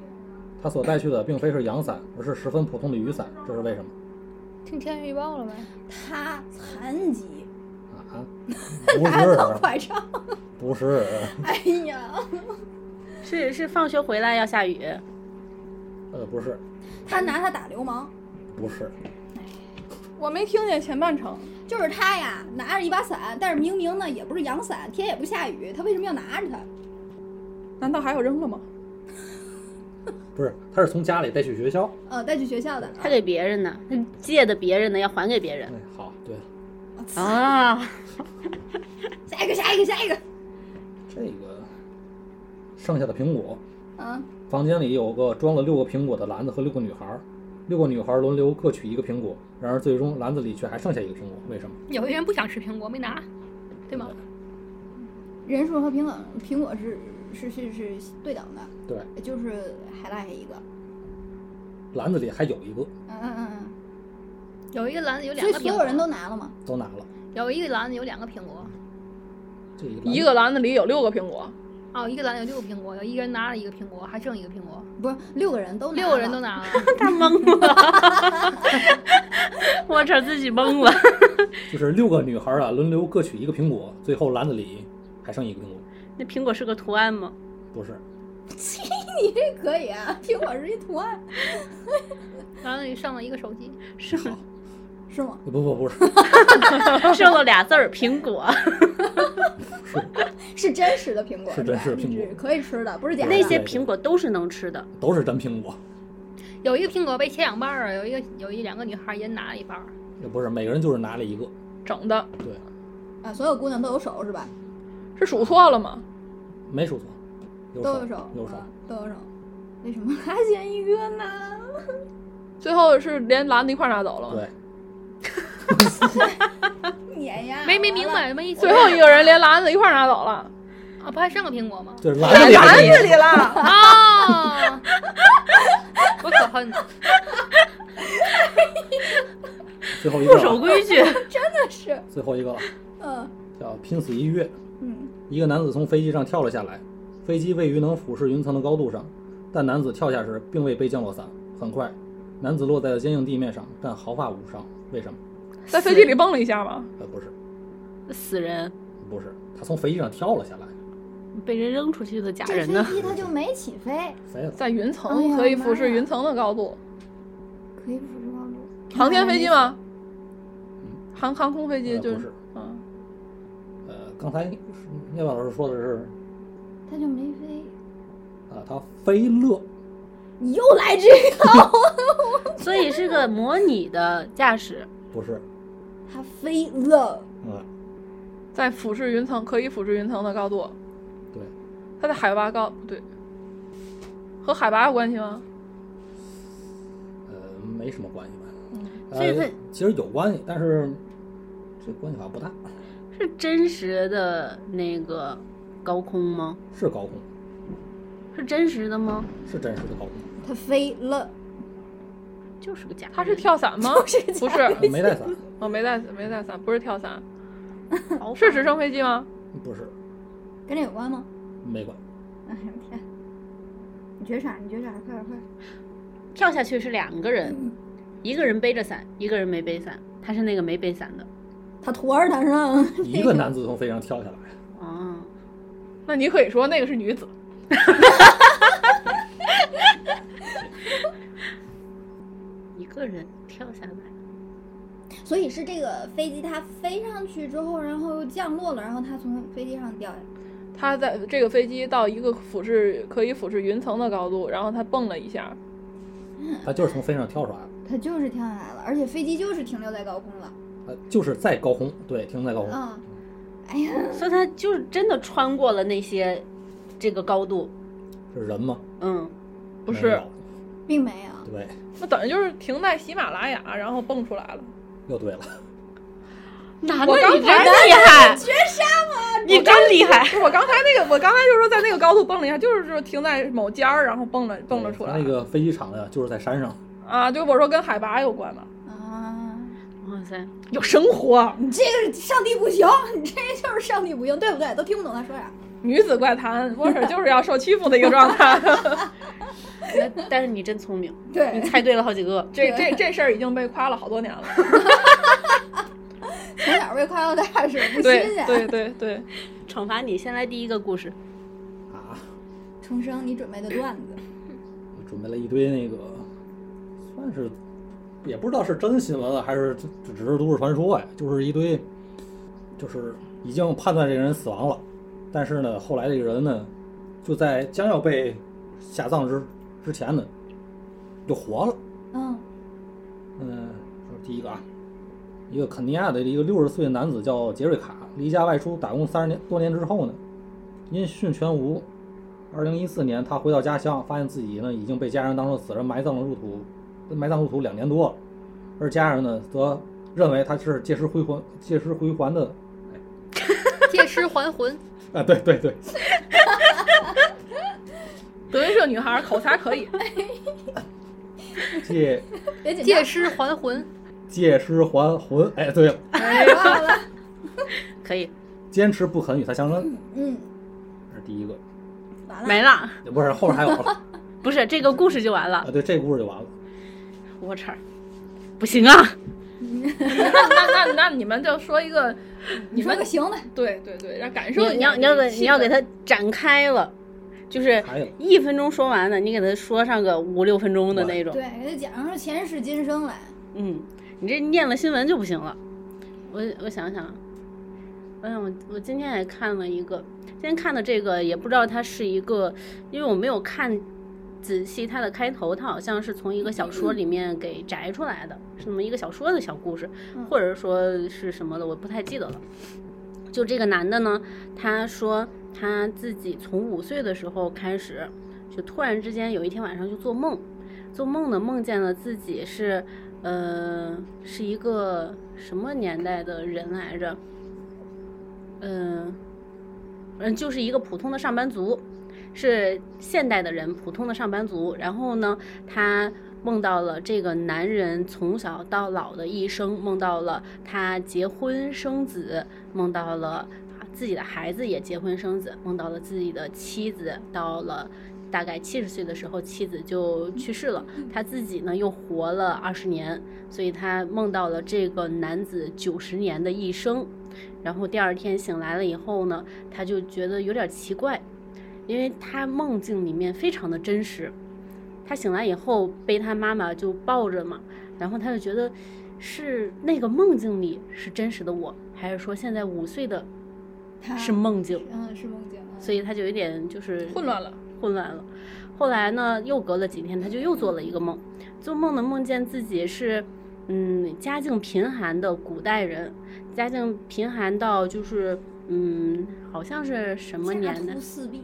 [SPEAKER 4] 她所带去的并非是阳伞，而是十分普通的雨伞，这是为什么？
[SPEAKER 3] 听天气预报了呗。
[SPEAKER 1] 他残疾，
[SPEAKER 4] 啊？不
[SPEAKER 1] 他 <laughs> 老
[SPEAKER 4] 是，啊
[SPEAKER 1] 快上。
[SPEAKER 4] 不是，啊
[SPEAKER 1] 哎
[SPEAKER 3] <laughs>
[SPEAKER 1] 呀，
[SPEAKER 6] 是是放学回来要下雨，
[SPEAKER 4] 呃，不是，
[SPEAKER 1] 他拿他打流氓，
[SPEAKER 4] 不是，
[SPEAKER 2] 我没听见前半程。
[SPEAKER 1] 就是他呀，拿着一把伞，但是明明呢也不是阳伞，天也不下雨，他为什么要拿着它？
[SPEAKER 2] 难道还有扔了吗？
[SPEAKER 4] 不是，她是从家里带去学校。
[SPEAKER 1] 呃，带去学校的。
[SPEAKER 6] 他给别人的，他借的别人的要还给别人
[SPEAKER 4] 哎，好，对，
[SPEAKER 6] <laughs> 啊。
[SPEAKER 1] 下一个，下一个，下一个。
[SPEAKER 4] 这个剩下的苹果，
[SPEAKER 1] 啊，
[SPEAKER 4] 房间里有个装了六个苹果的篮子和六个女孩儿，六个女孩儿轮流各取一个苹果，然而最终篮子里却还剩下一个苹果，为什么？
[SPEAKER 3] 有些人不想吃苹果，没拿，对吗？
[SPEAKER 1] 人数和苹果苹果是是是是对等的，
[SPEAKER 4] 对，
[SPEAKER 1] 就是还落下一个。
[SPEAKER 4] 篮子里还有一个，
[SPEAKER 1] 嗯嗯嗯
[SPEAKER 3] 有一个篮子有
[SPEAKER 1] 嗯。所
[SPEAKER 3] 两
[SPEAKER 1] 以
[SPEAKER 3] 个苹
[SPEAKER 1] 所
[SPEAKER 3] 果，
[SPEAKER 1] 有人都拿了吗？
[SPEAKER 4] 都拿了。
[SPEAKER 3] 有一个篮子有两个苹果，
[SPEAKER 4] 这一个篮
[SPEAKER 2] 一个篮子里有六个苹果，
[SPEAKER 3] 哦，一个篮子有六个苹果，有一个人拿了一个苹果，还剩一个苹果，
[SPEAKER 1] 不是，六个人都拿
[SPEAKER 3] <laughs> 六个人
[SPEAKER 1] 了
[SPEAKER 3] 都拿
[SPEAKER 6] <laughs>
[SPEAKER 3] 了。
[SPEAKER 6] 他懵了，我这自己懵了。 <laughs>
[SPEAKER 4] 就是六个女孩儿啊，轮流各取一个苹果，最后篮子里还剩一个苹果，
[SPEAKER 6] 那苹果是个图案 <laughs> 吗？
[SPEAKER 4] 不是，
[SPEAKER 1] 你这 <laughs> 可以啊，苹果是一图案，
[SPEAKER 3] 然后上了一个手机，
[SPEAKER 6] 是吗
[SPEAKER 1] 是吗？
[SPEAKER 4] 不不不是， <laughs>
[SPEAKER 6] 剩了俩字儿苹 <laughs> 果，
[SPEAKER 1] 是真实的苹果，
[SPEAKER 4] 是
[SPEAKER 1] 吧
[SPEAKER 4] 真实的苹果
[SPEAKER 1] 是可以吃的，不是假的。
[SPEAKER 6] 那些苹果都是能吃的。
[SPEAKER 4] 都是真苹果，
[SPEAKER 3] 有一个苹果被切两半儿，啊有一个有一两个女孩也拿了一半儿。
[SPEAKER 4] 也不是每个人就是拿了一个，
[SPEAKER 2] 整的
[SPEAKER 4] 对，
[SPEAKER 1] 啊，所有姑娘都有手是吧？
[SPEAKER 2] 是数错了吗？
[SPEAKER 4] 没数错，有
[SPEAKER 1] 都有
[SPEAKER 4] 手
[SPEAKER 1] 手，
[SPEAKER 4] 有手
[SPEAKER 1] 啊，都有手。为什么还选一个呢？
[SPEAKER 2] 最后是连篮子一块儿拿走了吗？
[SPEAKER 4] 对，
[SPEAKER 1] 碾呀！
[SPEAKER 3] 没没
[SPEAKER 1] 完
[SPEAKER 3] 明
[SPEAKER 1] 了。
[SPEAKER 3] 白，没意思。
[SPEAKER 2] 最后一个人连篮子一块儿拿走了，
[SPEAKER 3] 啊，不还剩个苹果
[SPEAKER 6] <laughs>
[SPEAKER 3] 吗？
[SPEAKER 4] 就是篮子里还有一个，
[SPEAKER 2] 了。
[SPEAKER 3] 啊，我可恨了。
[SPEAKER 4] 最后一
[SPEAKER 6] 不守
[SPEAKER 4] 个，
[SPEAKER 6] 规矩，
[SPEAKER 1] <laughs> 是，
[SPEAKER 4] 最后一个了
[SPEAKER 1] 嗯
[SPEAKER 4] 叫拼死一跃。
[SPEAKER 1] 嗯，
[SPEAKER 4] 一个男子从飞机上跳了下来，飞机位于能俯视云层的高度上，但男子跳下时并未被降落伞。很快，男子落在了坚硬地面上，但毫发无伤。为什么？
[SPEAKER 2] 在飞机里蹦了一下吗？
[SPEAKER 4] 呃，不是，
[SPEAKER 6] 死人
[SPEAKER 4] 不是，他从飞机上跳了下来，
[SPEAKER 6] 被人扔出去的假
[SPEAKER 1] 这
[SPEAKER 6] 人 <laughs> 呢？
[SPEAKER 1] 飞机它就没起飞，
[SPEAKER 4] 飞了。
[SPEAKER 2] 在云
[SPEAKER 1] 哎
[SPEAKER 2] 层
[SPEAKER 1] 呀
[SPEAKER 2] 可以俯
[SPEAKER 1] 妈
[SPEAKER 2] 视
[SPEAKER 1] 呀
[SPEAKER 2] 云层的高度，
[SPEAKER 1] 可以不是光路。
[SPEAKER 2] 航天飞机吗？航航空飞机
[SPEAKER 4] 呃
[SPEAKER 2] 就
[SPEAKER 4] 不是，
[SPEAKER 2] 嗯，
[SPEAKER 4] 呃，刚才聂老师说的是，
[SPEAKER 1] 它就没飞。
[SPEAKER 4] 啊，他飞乐，
[SPEAKER 1] 你又来这个？
[SPEAKER 6] <laughs> 所以是个模拟的驾驶，
[SPEAKER 4] 不是，
[SPEAKER 1] 它飞了，
[SPEAKER 4] 嗯，
[SPEAKER 2] 在俯视云层可以俯视云层的高度，
[SPEAKER 4] 对，
[SPEAKER 2] 它的海拔高，不对，和海拔有关系吗？
[SPEAKER 4] 呃，没什么关系吧？
[SPEAKER 6] 嗯所以
[SPEAKER 4] 呃
[SPEAKER 6] 它，
[SPEAKER 4] 其实有关系，但是这关系好像不大，
[SPEAKER 6] 是真实的那个高空吗？
[SPEAKER 4] 是高空，
[SPEAKER 6] 是真实的吗？
[SPEAKER 4] 是真实的高空，
[SPEAKER 1] 它飞了，
[SPEAKER 6] 就是个假人，
[SPEAKER 2] 它是
[SPEAKER 6] <laughs>
[SPEAKER 2] 跳伞吗？不是，
[SPEAKER 4] 呃没带伞，
[SPEAKER 2] 我没带没带伞，不是跳伞，
[SPEAKER 6] 逃
[SPEAKER 2] 是
[SPEAKER 6] 跑
[SPEAKER 2] 直升飞机吗？
[SPEAKER 4] 不是，
[SPEAKER 1] 跟这有关吗？
[SPEAKER 4] 没关。
[SPEAKER 1] 哎呀天！你觉啥？你觉啥？快点快点！
[SPEAKER 6] 跳下去是两个人，一个人背着伞，一个人没背伞，他是那个没背伞的。
[SPEAKER 1] 他徒儿他上，
[SPEAKER 4] 一个男子从飞机上跳下来，
[SPEAKER 6] 哦，
[SPEAKER 2] 那你可以说那个是女子，
[SPEAKER 6] 一个人跳下来，
[SPEAKER 1] <laughs> 所以是这个飞机它飞上去之后，然后又降落了，然后它从飞机上掉下来。
[SPEAKER 2] 它在这个飞机到一个俯视可以俯视云层的高度，然后它蹦了一下，
[SPEAKER 4] 他就是从飞机上跳出来的，
[SPEAKER 1] 它就是跳下来了，而且飞机就是停留在高空了。
[SPEAKER 4] 呃，就是在高空，对，停在高空，
[SPEAKER 1] 嗯，哎呀，
[SPEAKER 6] 所以他就是真的穿过了那些这个高度。
[SPEAKER 4] 是人吗？
[SPEAKER 6] 嗯，
[SPEAKER 2] 不
[SPEAKER 4] 没
[SPEAKER 2] 是
[SPEAKER 4] 有，
[SPEAKER 1] 并没有。
[SPEAKER 4] 对，
[SPEAKER 2] 那等于就是停在喜马拉雅，然后蹦出来了。
[SPEAKER 4] 又对了，
[SPEAKER 6] 男
[SPEAKER 2] 我
[SPEAKER 6] 的
[SPEAKER 2] 刚
[SPEAKER 6] 你真
[SPEAKER 2] 才
[SPEAKER 6] 厉害，绝杀吗？哎你真厉害。
[SPEAKER 2] 不是我刚才那个，我刚才就说在那个高度蹦了一下，就是说停在某尖儿，然后蹦了蹦了
[SPEAKER 4] 对
[SPEAKER 2] 出
[SPEAKER 4] 他
[SPEAKER 2] 来。
[SPEAKER 4] 那个飞机场呀，就是在山上，
[SPEAKER 2] 啊，就我说跟海拔有关嘛，
[SPEAKER 1] 啊，
[SPEAKER 6] 哇塞，
[SPEAKER 2] 有生活。
[SPEAKER 1] 你这个上帝不行，你这就是上帝不行，对不对？都听不懂他说啥。
[SPEAKER 2] 女子怪谈，沃婶就是要受欺负的一个状态。
[SPEAKER 6] 那但是你真聪明，你
[SPEAKER 1] 对，
[SPEAKER 6] 猜对了好几个。
[SPEAKER 2] 这这这事儿已经被夸了好多年了。
[SPEAKER 1] 从小被夸到大是不新
[SPEAKER 2] <laughs> 对
[SPEAKER 1] 鲜。
[SPEAKER 2] 对对对，
[SPEAKER 6] 惩罚你，先来第一个故事。
[SPEAKER 4] 啊，
[SPEAKER 1] 重生，你准备的段子，
[SPEAKER 4] 我准备了一堆那个，算是也不知道是真新闻啊了还是只只是都市传说呀，就是一堆，就是已经判断这个人死亡了，但是呢，后来这个人呢，就在将要被下葬之之前呢，又活了。
[SPEAKER 1] 嗯，
[SPEAKER 4] 嗯，说第一个啊，一个肯尼亚的一个六十岁的男子叫杰瑞卡，离家外出打工三十年多年之后呢，因殉全无。二零一四年，他回到家乡，发现自己呢已经被家人当作死人埋葬了入土，埋葬入土两年多了，而家人呢则认为他是借尸归魂，借尸归还的。
[SPEAKER 3] 借尸还魂，
[SPEAKER 4] 啊，对对对，
[SPEAKER 2] 德云社女孩口才
[SPEAKER 6] <laughs>
[SPEAKER 2] 可以，
[SPEAKER 4] 借
[SPEAKER 1] 别紧
[SPEAKER 3] 借
[SPEAKER 1] 张，
[SPEAKER 3] 尸还
[SPEAKER 6] <laughs>
[SPEAKER 3] 魂，
[SPEAKER 4] 借尸还魂。哎，对了，
[SPEAKER 1] 好了，
[SPEAKER 6] 可以，
[SPEAKER 4] 坚持不肯与他相认，
[SPEAKER 1] 嗯，
[SPEAKER 4] 这是第一个。
[SPEAKER 1] 完了，
[SPEAKER 6] 没了，
[SPEAKER 4] 不是，后面还有啊，
[SPEAKER 6] 不是这个故事就完了
[SPEAKER 4] 啊。对，这故事就完了。
[SPEAKER 6] 我操，不行啊！
[SPEAKER 2] 那那那那你们就说一个，
[SPEAKER 1] 你
[SPEAKER 2] 你
[SPEAKER 1] 说
[SPEAKER 2] 们
[SPEAKER 1] 个行的，
[SPEAKER 2] 对对对，让感受
[SPEAKER 6] 你
[SPEAKER 2] 一下
[SPEAKER 6] 你要你
[SPEAKER 2] 这
[SPEAKER 6] 要
[SPEAKER 2] 个
[SPEAKER 6] 给
[SPEAKER 2] 气
[SPEAKER 6] 你要给
[SPEAKER 2] 氛
[SPEAKER 6] 他展开了，就是
[SPEAKER 4] 还有
[SPEAKER 6] 一分钟说完的，你给他说上个五六分钟的那种。
[SPEAKER 1] 对，给他讲上前世今生来。
[SPEAKER 6] 嗯，你这念了新闻就不行了。我我想想啊，我想我我今天也看了一个，今天看的这个也不知道它是一个，因为我没有看仔细它的开头，它好像是从一个小说里面给摘出来的，是那么一个小说的小故事，或者说是什么的，我不太记得了。就这个男的呢，他说他自己从五岁的时候开始，就突然之间有一天晚上就做梦，做梦呢梦见了自己是，呃，是一个什么年代的人来着？嗯、嗯，就是一个普通的上班族，是现代的人，普通的上班族。然后呢，他梦到了这个男人从小到老的一生，梦到了他结婚生子，梦到了自己的孩子也结婚生子，梦到了自己的妻子到了。大概七十岁的时候，妻子就去世了，
[SPEAKER 2] 嗯
[SPEAKER 6] 他自己呢又活了二十年，所以他梦到了这个男子九十年的一生。然后第二天醒来了以后呢，他就觉得有点奇怪，因为他梦境里面非常的真实。他醒来以后被他妈妈就抱着嘛，然后他就觉得是那个梦境里是真实的我，还是说现在五岁的
[SPEAKER 1] 他
[SPEAKER 6] 是梦境？
[SPEAKER 1] 嗯，是梦境。嗯
[SPEAKER 6] 所以他就有点就是
[SPEAKER 2] 啊混乱了。
[SPEAKER 6] 混乱了。后来呢，又隔了几天，他就又做了一个梦，做梦呢梦见自己是，嗯，家境贫寒的古代人，家境贫寒到就是，嗯，好像是什么
[SPEAKER 1] 家
[SPEAKER 6] 年代
[SPEAKER 1] 徒？四壁，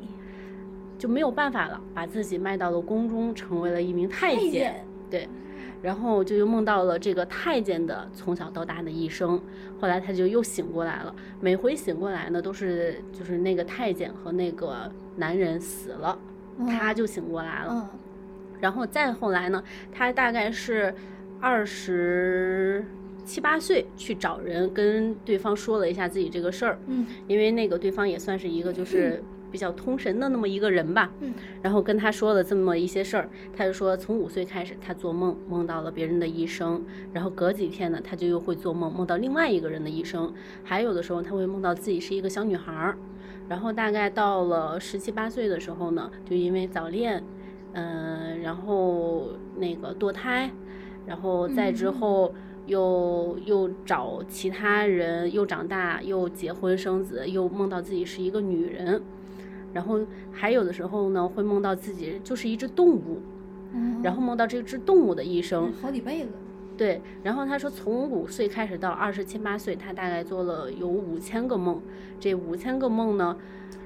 [SPEAKER 6] 就没有办法了，把自己卖到了宫中，成为了一名太
[SPEAKER 1] 太
[SPEAKER 6] 监。
[SPEAKER 1] 监
[SPEAKER 6] 对，然后就又梦到了这个太监的从小到大的一生。后来他就又醒过来了，每回醒过来呢，都是就是那个太监和那个男人死了，他就醒过来了。
[SPEAKER 1] 嗯
[SPEAKER 6] 然后再后来呢，他大概是二十七八岁去找人，跟对方说了一下自己这个事儿，
[SPEAKER 1] 嗯
[SPEAKER 6] 因为那个对方也算是一个就是比较通神的那么一个人吧，
[SPEAKER 1] 嗯，
[SPEAKER 6] 然后跟他说了这么一些事儿，他就说从五岁开始，他做梦梦到了别人的一生，然后隔几天呢，他就又会做梦，梦到另外一个人的一生，还有的时候他会梦到自己是一个小女孩儿，然后大概到了十七八岁的时候呢，就因为早恋，嗯、然后那个堕胎，然后再之
[SPEAKER 1] 嗯
[SPEAKER 6] 后。又又找其他人，又长大，又结婚生子，又梦到自己是一个女人，然后还有的时候呢，会梦到自己就是一只动物，
[SPEAKER 1] 嗯，
[SPEAKER 6] 然后梦到这只动物的一生
[SPEAKER 1] 嗯。好几辈子，
[SPEAKER 6] 对，然后他说从五岁开始到二十七八岁，他大概做了有五千个梦，这五千个梦呢，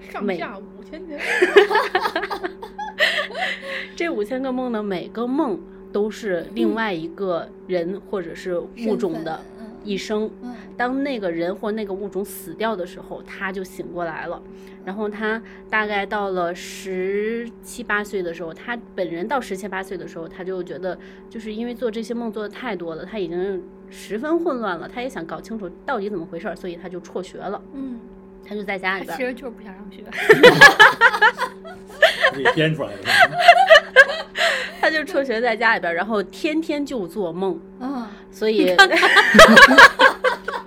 [SPEAKER 2] 上
[SPEAKER 6] 每
[SPEAKER 2] 下五千年， <laughs>
[SPEAKER 6] 这五千个梦呢，每个梦都是另外一个人或者是物种的
[SPEAKER 1] 嗯身份嗯
[SPEAKER 6] 一生。
[SPEAKER 1] 嗯
[SPEAKER 6] 当那个人或那个物种死掉的时候，他就醒过来了。然后他大概到了十七八岁的时候，他本人到十七八岁的时候，他就觉得，就是因为做这些梦做的太多了，他已经十分混乱了，他也想搞清楚到底怎么回事儿，所以他就辍学了。
[SPEAKER 1] 嗯，
[SPEAKER 6] 他就在家
[SPEAKER 3] 他
[SPEAKER 6] 里边
[SPEAKER 3] 其
[SPEAKER 6] 儿，
[SPEAKER 3] 实就是不想上学。
[SPEAKER 4] 自己编出来的是吧。
[SPEAKER 6] 他就辍学在家里边儿，然后天天就做梦，
[SPEAKER 1] 啊，
[SPEAKER 6] 所以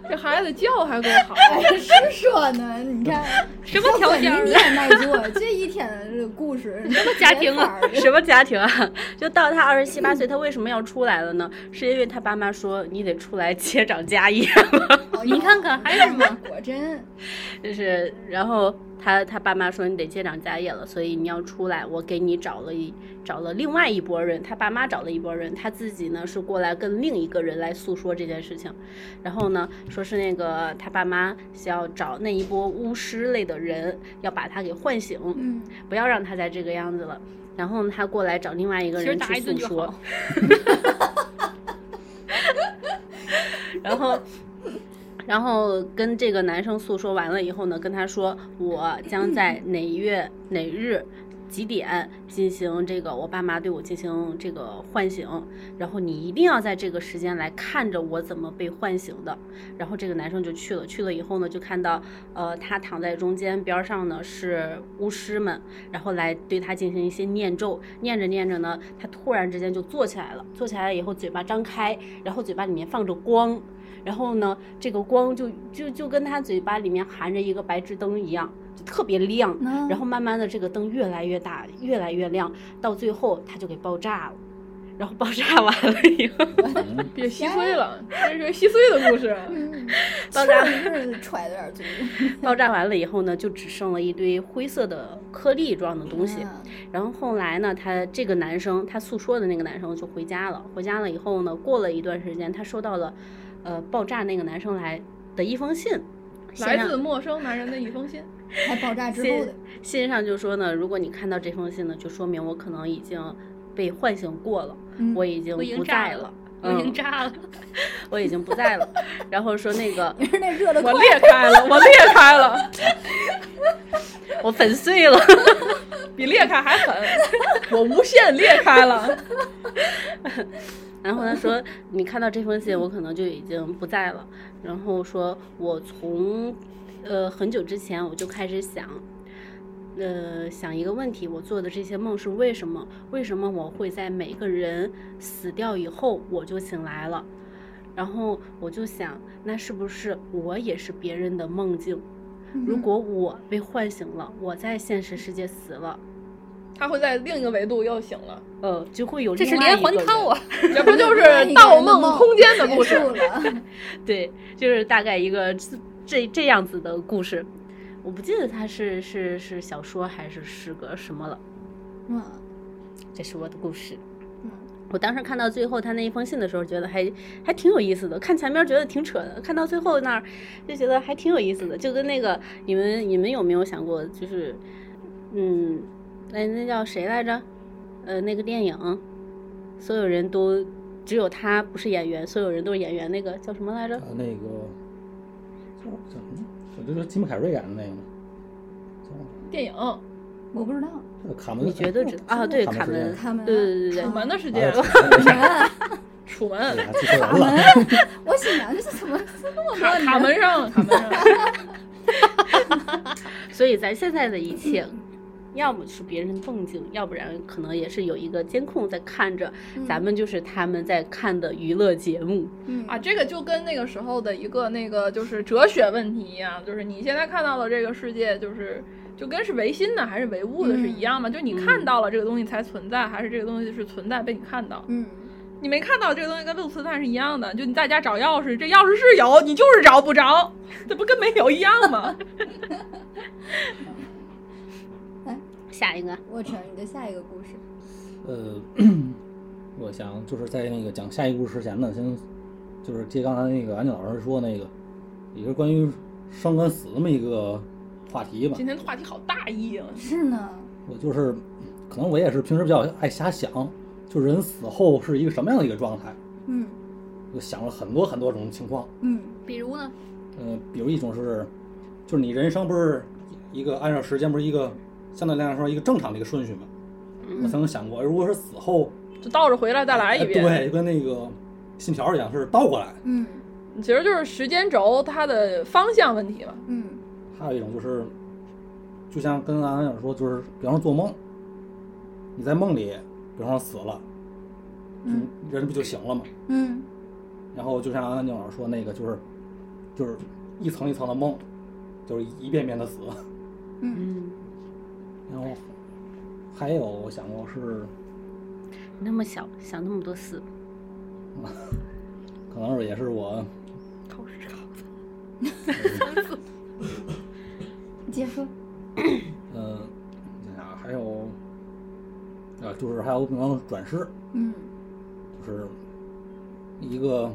[SPEAKER 2] 这孩子教还够
[SPEAKER 6] <laughs>
[SPEAKER 2] 好。
[SPEAKER 1] 哎， <laughs> 是说呢，你看
[SPEAKER 3] 什么条件
[SPEAKER 1] 说
[SPEAKER 3] 儿
[SPEAKER 1] 你也耐做，这一天的这故事，什么
[SPEAKER 3] 家庭啊
[SPEAKER 6] <laughs> 什么家庭啊？就到他二十七八岁，他为什么要出来了呢？是因为他爸妈说你得出来接掌家业。
[SPEAKER 1] <laughs>
[SPEAKER 3] 你看看还是吗？
[SPEAKER 1] 果真，
[SPEAKER 6] 就是，然后他他爸妈说你得接掌家业了，所以你要出来，我给你找了一找了另外一拨人，他爸妈找了一拨人，他自己呢是过来跟另一个人来诉说这件事情，然后呢说是那个他爸妈是要找那一波巫师类的人，要把他给唤醒，
[SPEAKER 1] 嗯，
[SPEAKER 6] 不要让他再这个样子了。然后呢他过来找另外一个
[SPEAKER 3] 其实
[SPEAKER 6] 人
[SPEAKER 3] 打
[SPEAKER 6] 去
[SPEAKER 3] 一顿
[SPEAKER 6] 诉
[SPEAKER 3] 就
[SPEAKER 6] 说
[SPEAKER 3] 好，。
[SPEAKER 6] 然后，然后跟这个男生诉说完了以后呢，跟他说我将在哪月哪日几点进行这个我爸妈对我进行这个唤醒，然后你一定要在这个时间来看着我怎么被唤醒的。然后这个男生就去了，去了以后呢，就看到呃他躺在中间，边儿上呢是巫师们，然后来对他进行一些念咒，念着念着呢，他突然之间就坐起来了，坐起来了以后嘴巴张开，然后嘴巴里面放着光，然后呢，这个光就就就跟他嘴巴里面含着一个白炽灯一样，就特别亮，
[SPEAKER 1] 那
[SPEAKER 6] 然后慢慢的这个灯越来越大，越来越亮，到最后它就给爆炸了，然后爆炸完了以后，
[SPEAKER 4] 嗯
[SPEAKER 2] 别稀碎了，这是个稀碎的故事。
[SPEAKER 1] 嗯，<laughs>
[SPEAKER 6] 爆炸
[SPEAKER 1] 确实是揣的有点足，
[SPEAKER 6] 爆炸完了以后呢，就只剩了一堆灰色的颗粒状的东西。
[SPEAKER 1] 嗯
[SPEAKER 6] 然后后来呢，他这个男生，他诉说的那个男生就回家了。回家了以后呢，过了一段时间，他收到了，呃，爆炸那个男生来的一封信，信
[SPEAKER 2] 来
[SPEAKER 6] 上
[SPEAKER 2] 自陌生男人的一封信，
[SPEAKER 1] 还爆炸之后
[SPEAKER 6] 信
[SPEAKER 1] 的，
[SPEAKER 6] 信上就说呢，如果你看到这封信呢，就说明我可能已经被唤醒过了，
[SPEAKER 1] 嗯
[SPEAKER 6] 我已经
[SPEAKER 3] 我已经
[SPEAKER 6] 不
[SPEAKER 3] 炸
[SPEAKER 6] 在
[SPEAKER 3] 了
[SPEAKER 6] 了，
[SPEAKER 3] 我已经
[SPEAKER 6] 嗯，
[SPEAKER 3] 炸了，
[SPEAKER 6] 我已经不在了。 <laughs> 然后说
[SPEAKER 3] <laughs>
[SPEAKER 6] 那个
[SPEAKER 1] 你是那热的快
[SPEAKER 2] 我，裂开 <laughs> 了，我裂开了，
[SPEAKER 6] 我粉碎了，
[SPEAKER 2] 比裂开还狠， <laughs> 我无限裂开了。
[SPEAKER 6] 然后他说：“你看到这封信，我可能就已经不在了。”然后说：“我从呃很久之前我就开始想，呃想一个问题：我做的这些梦是为什么？为什么我会在每个人死掉以后我就醒来了？然后我就想，那是不是我也是别人的梦境？
[SPEAKER 3] 嗯
[SPEAKER 6] 如
[SPEAKER 1] 嗯
[SPEAKER 6] 果我被唤醒了，我在现实世界死了，
[SPEAKER 2] 他会在另一个维度又醒了，
[SPEAKER 6] 呃，就会有
[SPEAKER 3] 这是
[SPEAKER 6] 另外
[SPEAKER 3] 连
[SPEAKER 6] 一
[SPEAKER 3] 环
[SPEAKER 6] 个
[SPEAKER 3] 套
[SPEAKER 6] 人
[SPEAKER 3] 啊！
[SPEAKER 2] 这不就是《盗梦空间》的故事
[SPEAKER 1] 结？
[SPEAKER 6] <laughs>
[SPEAKER 1] 束了，
[SPEAKER 6] 对，就是大概一个这这这样子的故事。我不记得它是是是小说还是诗歌什么了。
[SPEAKER 1] 嗯
[SPEAKER 6] 这是我的故事。
[SPEAKER 1] 嗯
[SPEAKER 6] 我当时看到最后他那一封信的时候，觉得还还挺有意思的。看前面觉得挺扯的，看到最后那儿就觉得还挺有意思的。就跟那个你们你们有没有想过，就是嗯，哎，那叫谁来着？呃，那个电影，所有人都只有他不是演员，所有人都是演员。那个叫什么 <laughs> 来着？
[SPEAKER 4] 啊，那个叫叫什么？我就说吉姆凯瑞演的那个嘛，叫什么
[SPEAKER 2] 电影《
[SPEAKER 1] 我不知道。
[SPEAKER 4] 这个卡门
[SPEAKER 6] 你绝对
[SPEAKER 4] 哦
[SPEAKER 6] 知道啊？对，卡门，
[SPEAKER 1] 卡门
[SPEAKER 6] 对对对对
[SPEAKER 2] 楚
[SPEAKER 6] 对，
[SPEAKER 2] 门的世
[SPEAKER 4] 哎
[SPEAKER 2] 界
[SPEAKER 4] 呀》
[SPEAKER 6] <laughs>
[SPEAKER 4] 这
[SPEAKER 1] 卡门，
[SPEAKER 2] 楚
[SPEAKER 4] 哎
[SPEAKER 2] 门
[SPEAKER 4] 呀，记错人了。
[SPEAKER 1] 我心想这是怎么这么多
[SPEAKER 2] <laughs> 卡
[SPEAKER 1] 人
[SPEAKER 2] 卡门上卡门上，
[SPEAKER 6] 所以咱现在的一切，要么是别人动静，要不然可能也是有一个监控在看着，咱们就是他们在看的娱乐节目。
[SPEAKER 1] 嗯
[SPEAKER 2] <laughs> 啊，这个就跟那个时候的一个那个就是哲学问题一样，就是你现在看到的这个世界，就是就跟是唯心的还是唯物的是一样嘛，就你看到了这个东西才存在，还是这个东西是存在被你看到，
[SPEAKER 1] 嗯，
[SPEAKER 2] 你没看到这个东西跟路磁探是一样的，就你在家找钥匙，这钥匙是有，你就是找不着，这不跟没有一样吗？ <laughs>
[SPEAKER 6] 下一个，
[SPEAKER 1] 我成你的下一个故事。
[SPEAKER 4] 呃， <clears throat> 我想就是在那个讲下一故事之前呢，先就是接刚才那个安静老师说那个，也是关于生跟死这么一个话题吧
[SPEAKER 2] 今。天话题好大意啊，
[SPEAKER 1] 是呢，
[SPEAKER 4] 我就是，可能我也是平时比较爱瞎想，就人死后是一个什么样的一个状态，
[SPEAKER 1] 嗯
[SPEAKER 4] 我想了很多很多种情况。
[SPEAKER 1] 嗯
[SPEAKER 3] 比如呢，
[SPEAKER 4] 呃，比如一种是，就是你人生不是一个按照时间不是一个相对来说一个正常的一个顺序嘛？我曾经想过，如果是死后
[SPEAKER 2] 就倒着回来再嗯来一遍。
[SPEAKER 4] <laughs> 哎对，跟那个信条一样，是倒过来。
[SPEAKER 1] 嗯
[SPEAKER 2] 其实就是时间轴它的方向问题嘛。
[SPEAKER 1] 嗯
[SPEAKER 4] 还有一种就是，就像跟安安说，就是比方说做梦，你在梦里，比方说死了，
[SPEAKER 1] 嗯
[SPEAKER 4] 人不就醒了吗？
[SPEAKER 1] 嗯
[SPEAKER 4] 然后就像安安老师说那个，就是就是一层一层的梦，就是一遍遍的死。 <laughs>
[SPEAKER 1] 嗯
[SPEAKER 6] 嗯，
[SPEAKER 4] 然后还有我想过是，
[SPEAKER 6] 那么小想那么多死，
[SPEAKER 4] 可能是也是我，
[SPEAKER 6] 考试考的。
[SPEAKER 1] 嗯，接着说。
[SPEAKER 4] 嗯、想想啊还有，啊，就是还有可能转世，
[SPEAKER 1] 嗯
[SPEAKER 4] 就是一个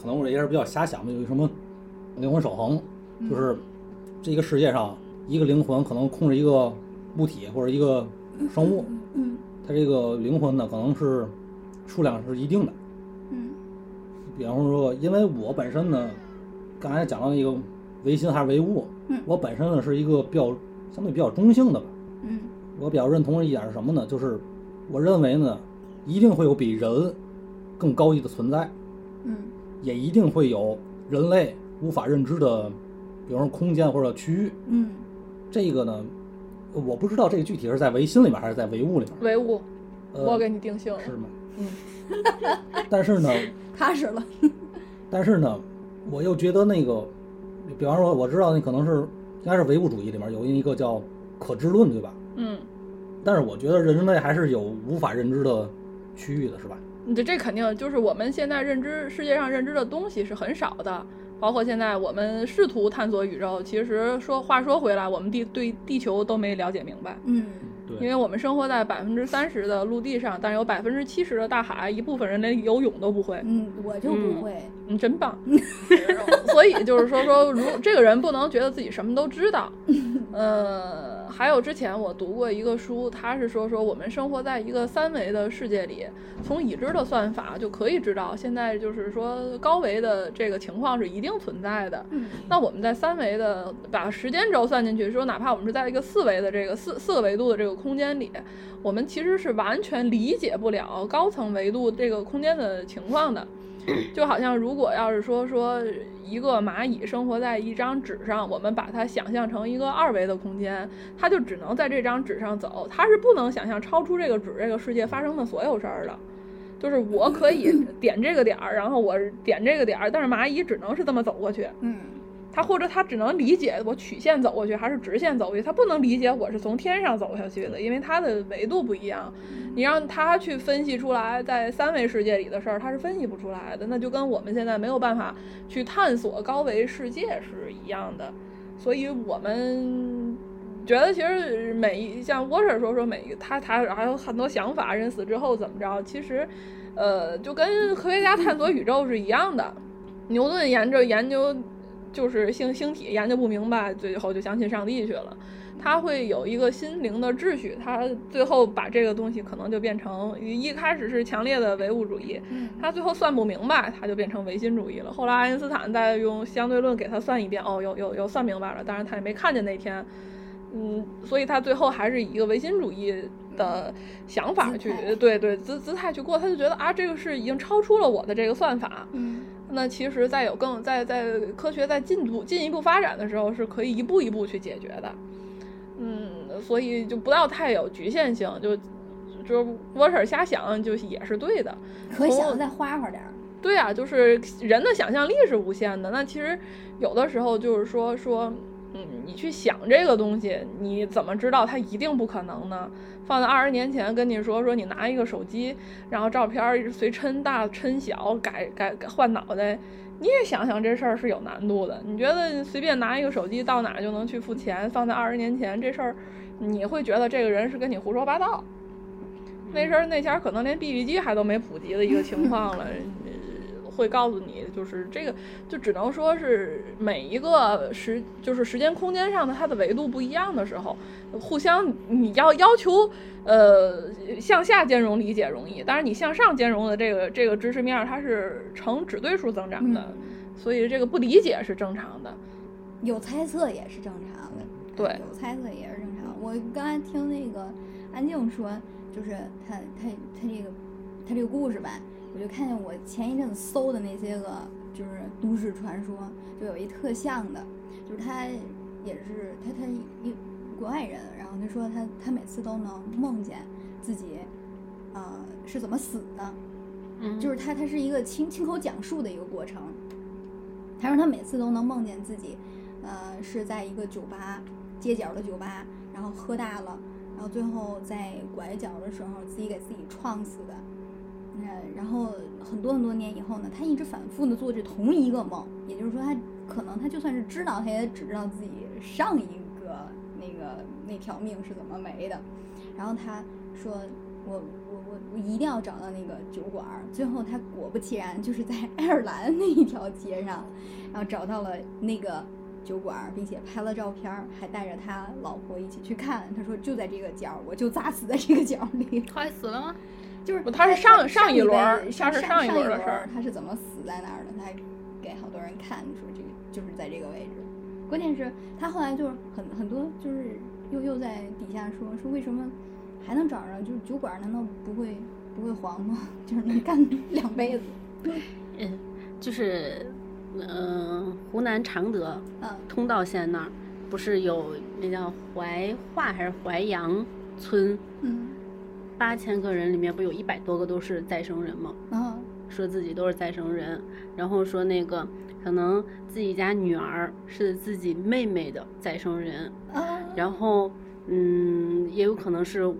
[SPEAKER 4] 可能我也是比较瞎想的，有一什么灵魂守恒，
[SPEAKER 1] 嗯
[SPEAKER 4] 就是这个世界上一个灵魂可能控制一个物体或者一个生物，
[SPEAKER 1] 嗯
[SPEAKER 4] 它这个灵魂呢可能是数量是一定的。
[SPEAKER 1] 嗯
[SPEAKER 4] 比方说，因为我本身呢，刚才讲到一个唯心还是唯物，
[SPEAKER 1] 嗯
[SPEAKER 4] 我本身呢是一个比较相对比较中性的吧。
[SPEAKER 1] 嗯
[SPEAKER 4] 我比较认同的一点是什么呢？就是我认为呢，一定会有比人更高级的存在。
[SPEAKER 1] 嗯
[SPEAKER 4] 也一定会有人类无法认知的，比方说空间或者区域。
[SPEAKER 1] 嗯
[SPEAKER 4] 这个呢，我不知道这个具体是在唯心里面还是在唯物里面。
[SPEAKER 2] 唯物，
[SPEAKER 4] 呃、
[SPEAKER 2] 我给你定性了。
[SPEAKER 4] 是吗？
[SPEAKER 2] 嗯。
[SPEAKER 4] <laughs> 但是呢，
[SPEAKER 1] 踏实了。
[SPEAKER 4] 但是呢，我又觉得那个，比方说，我知道那可能是应该是唯物主义里面有一个叫可知论，对吧？
[SPEAKER 2] 嗯，
[SPEAKER 4] 但是我觉得人类还是有无法认知的区域的，是吧？
[SPEAKER 2] 你这嗯这肯定就是我们现在认知世界上认知的东西是很少的，包括现在我们试图探索宇宙，其实说话说回来，我们地对地球都没了解明白。
[SPEAKER 1] 嗯
[SPEAKER 2] 因
[SPEAKER 4] 对。
[SPEAKER 2] 为我们生活在百分之三十的陆地上，但是有百分之七十的大海，一部分人连游泳都不会。
[SPEAKER 1] 嗯，我就不会。
[SPEAKER 2] 你嗯真棒。 <laughs> 所以就是说说，如这个人不能觉得自己什么都知道。呃，还有之前我读过一个书，它是说说我们生活在一个三维的世界里，从已知的算法就可以知道，现在就是说高维的这个情况是一定存在的。
[SPEAKER 1] 嗯
[SPEAKER 2] 那我们在三维的把时间轴算进去，说哪怕我们是在一个四维的这个四四个维度的这个空间里，我们其实是完全理解不了高层维度这个空间的情况的。就好像如果要是说说一个蚂蚁生活在一张纸上，我们把它想象成一个二维的空间，它就只能在这张纸上走，它是不能想象超出这个纸这个世界发生的所有事儿的。就是我可以点这个点儿，然后我点这个点儿，但是蚂蚁只能是这么走过去。
[SPEAKER 1] 嗯
[SPEAKER 2] 他或者他只能理解我曲线走过去还是直线走过去，他不能理解我是从天上走下去的，因为它的维度不一样。你让他去分析出来在三维世界里的事儿，他是分析不出来的。那就跟我们现在没有办法去探索高维世界是一样的。所以我们觉得其实每一像 Water 说说每一个他他还有很多想法，人死之后怎么着，其实呃就跟科学家探索宇宙是一样的。牛顿研究研究就是星星体研究不明白，最后就相信上帝去了。它会有一个心灵的秩序，它最后把这个东西可能就变成一开始是强烈的唯物主义，他最后算不明白，他就变成唯心主义了。后来爱因斯坦再用相对论给他算一遍，哦，又又又算明白了，当然他也没看见那天，嗯，所以他最后还是以一个唯心主义的想法
[SPEAKER 1] 姿
[SPEAKER 2] 去
[SPEAKER 1] 态，
[SPEAKER 2] 对对姿姿态去过，他就觉得啊，这个是已经超出了我的这个算法。
[SPEAKER 1] 嗯，
[SPEAKER 2] 那其实，在有更在在科学在进步进一步发展的时候，是可以一步一步去解决的。嗯，所以就不要太有局限性，就就是我婶瞎想，就是也是对的。
[SPEAKER 1] 可想再花花点儿。
[SPEAKER 2] 对啊，就是人的想象力是无限的。那其实有的时候就是说说，嗯，你去想这个东西，你怎么知道它一定不可能呢？放在二十年前跟你说说，你拿一个手机，然后照片儿随抻大抻小，改改改换脑袋，你也想想这事儿是有难度的。你觉得随便拿一个手机到哪儿就能去付钱？放在二十年前这事儿，你会觉得这个人是跟你胡说八道。那时候那前儿可能连 BB 机还都没普及的一个情况了，呃会告诉你就是这个，就只能说是每一个时就是时间空间上的它的维度不一样的时候，互相你要要求呃向下兼容理解容易，但是你向上兼容的这个这个知识面儿它是呈指对数增长的，
[SPEAKER 1] 嗯
[SPEAKER 2] 所以这个不理解是正常的。
[SPEAKER 1] 有猜测也是正常的，
[SPEAKER 2] 对
[SPEAKER 1] 有猜测也是正常。我刚才听那个安静说，就是他他他这个他这个故事吧，我就看见我前一阵子搜的那些个就是都市传说，就有一特像的，就是他也是他他一一国外人，然后他说他他每次都能梦见自己，呃是怎么死的，
[SPEAKER 6] 嗯
[SPEAKER 1] 就是他，他是一个亲亲口讲述的一个过程。他说他每次都能梦见自己，呃，是在一个酒吧，街角的酒吧，然后喝大了，然后最后在拐角的时候自己给自己撞死的。嗯，然后很多很多年以后呢，他一直反复的做着同一个梦，也就是说他可能他就算是知道，他也只知道自己上一个那个那条命是怎么没的。然后他说我我我我一定要找到那个酒馆儿。最后他果不其然就是在爱尔兰那一条街上，然后找到了那个酒馆儿，并且拍了照片儿，还带着他老婆一起去看。他说就在这个角儿，我就砸死在这个角儿里。
[SPEAKER 3] 后来死了吗？
[SPEAKER 1] 就是
[SPEAKER 2] 不哦他是上
[SPEAKER 1] 上
[SPEAKER 2] 上一轮儿
[SPEAKER 1] 辈子
[SPEAKER 2] 他
[SPEAKER 1] 上
[SPEAKER 2] 是
[SPEAKER 1] 上
[SPEAKER 2] 上一
[SPEAKER 1] 一
[SPEAKER 2] 轮儿的
[SPEAKER 1] 轮
[SPEAKER 2] 事
[SPEAKER 1] 儿
[SPEAKER 2] 儿
[SPEAKER 1] 他是怎么死在那儿的？他还给好多人看，说这个就是在这个位置。关键是，他后来就是很很多，就是又又在底下说说为什么还能找着？就是酒馆难道不会不会黄吗？ <laughs> 就是能干两辈子。
[SPEAKER 6] 嗯，就是，嗯、湖南常德
[SPEAKER 1] 嗯
[SPEAKER 6] 通道县那儿不是有那叫怀化还是怀阳村，
[SPEAKER 1] 嗯，
[SPEAKER 6] 八千个人里面不有一百多个都是再生人吗？
[SPEAKER 1] 然后
[SPEAKER 6] 说自己都是再生人，然后说那个可能自己家女儿是自己妹妹的再生人，
[SPEAKER 1] 啊，
[SPEAKER 6] 然后嗯，也有可能是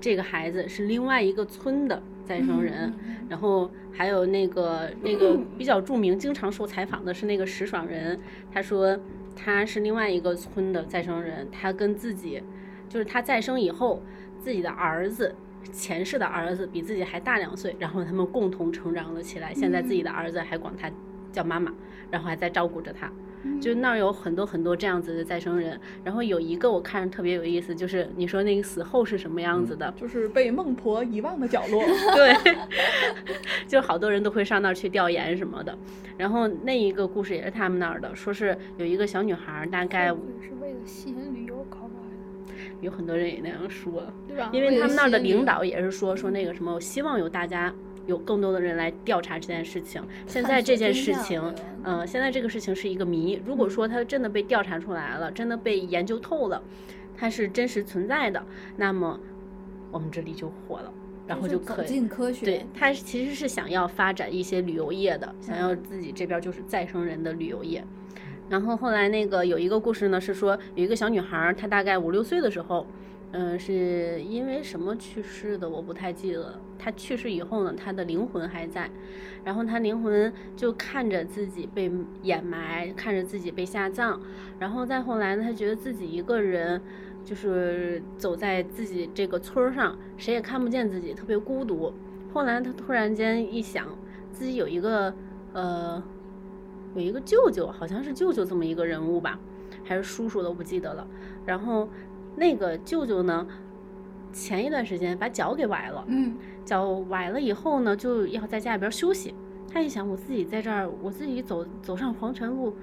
[SPEAKER 6] 这个孩子是另外一个村的再生人。
[SPEAKER 1] 嗯，嗯
[SPEAKER 6] 然后还有那个那个比较著名、经常受采访的是那个石爽人，他说他是另外一个村的再生人，他跟自己就是他再生以后，自己的儿子前世的儿子比自己还大两岁，然后他们共同成长了起来，现在自己的儿子还管他叫妈妈，然后还在照顾着他。
[SPEAKER 1] 嗯
[SPEAKER 6] 就那儿有很多很多这样子的再生人，然后有一个我看着特别有意思，就是你说那个死后是什么样子的？
[SPEAKER 2] 就是被孟婆遗忘的角 <laughs> 落，
[SPEAKER 6] <laughs> 对，就好多人都会上那儿去调研什么的。然后那一个故事也是他们那儿的，说是有一个小女孩儿，大概
[SPEAKER 1] 嗯
[SPEAKER 3] 是为了吸引旅游搞过来的，
[SPEAKER 6] 有很多人也那样说，
[SPEAKER 1] 啊
[SPEAKER 3] 对吧？
[SPEAKER 6] 因为他们那儿的领
[SPEAKER 3] 为了
[SPEAKER 6] 导也是说说那个什么，我希望有大家有更多的人来调查这件事情。现在这件事情
[SPEAKER 1] 探索真相，嗯
[SPEAKER 6] 嗯、现在这个事情是一个谜。如果说它真的被调查出来了，真的被研究透了，它是真实存在的，那么我们这里就火了，然后
[SPEAKER 1] 是
[SPEAKER 6] 可
[SPEAKER 1] 走
[SPEAKER 6] 以
[SPEAKER 1] 进科学。嗯
[SPEAKER 6] 对，他是其实是想要发展一些旅游业的，想要自己这边儿就是再生人的旅游业。
[SPEAKER 1] 嗯
[SPEAKER 6] 然后后来那个有一个故事呢，是说有一个小女孩儿，她大概五六岁的时候，嗯、是因为什么去世的，我不太记得了。她去世以后呢，她的灵魂还在，然后她灵魂就看着自己被掩埋，看着自己被下葬，然后再后来呢，她觉得自己一个人。就是走在自己这个村儿上，谁也看不见自己，特别孤独。后来他突然间一想，自己有一个呃，有一个舅舅，好像是舅舅这么一个人物吧。还是叔叔的，我不记得了。然后那个舅舅呢，前一段时间把脚给崴了，
[SPEAKER 3] 嗯，
[SPEAKER 6] 脚崴了以后呢，就要在家里边儿休息。他一想，我自己在这儿，我自己走走上黄泉路，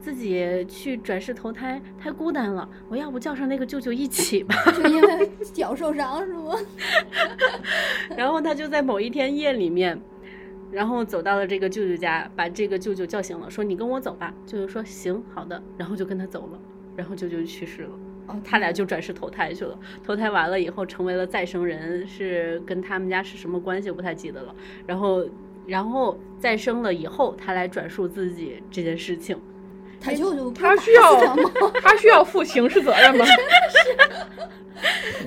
[SPEAKER 6] 自己去转世投胎，太孤单了。我要不叫上那个舅舅一起吧？ <laughs>
[SPEAKER 1] 就因为脚受伤是吗？
[SPEAKER 6] 然后他就在某一天夜里面，然后走到了这个舅舅家，把这个舅舅叫醒了，说：“你跟我走吧。”舅舅说：“行，好的。”然后就跟他走了，然后舅舅就去世了。
[SPEAKER 1] 哦，
[SPEAKER 6] 他俩就转世投胎去了，投胎完了以后成为了再生人，是跟他们家是什么关系我不太记得了。然后，然后再生了以后，他来转述自己这件事情。
[SPEAKER 1] 他舅舅不
[SPEAKER 2] 他
[SPEAKER 1] 打死
[SPEAKER 2] 需 <laughs> 要
[SPEAKER 1] 他吗？
[SPEAKER 2] 他需要负刑事责任 <laughs> 吗？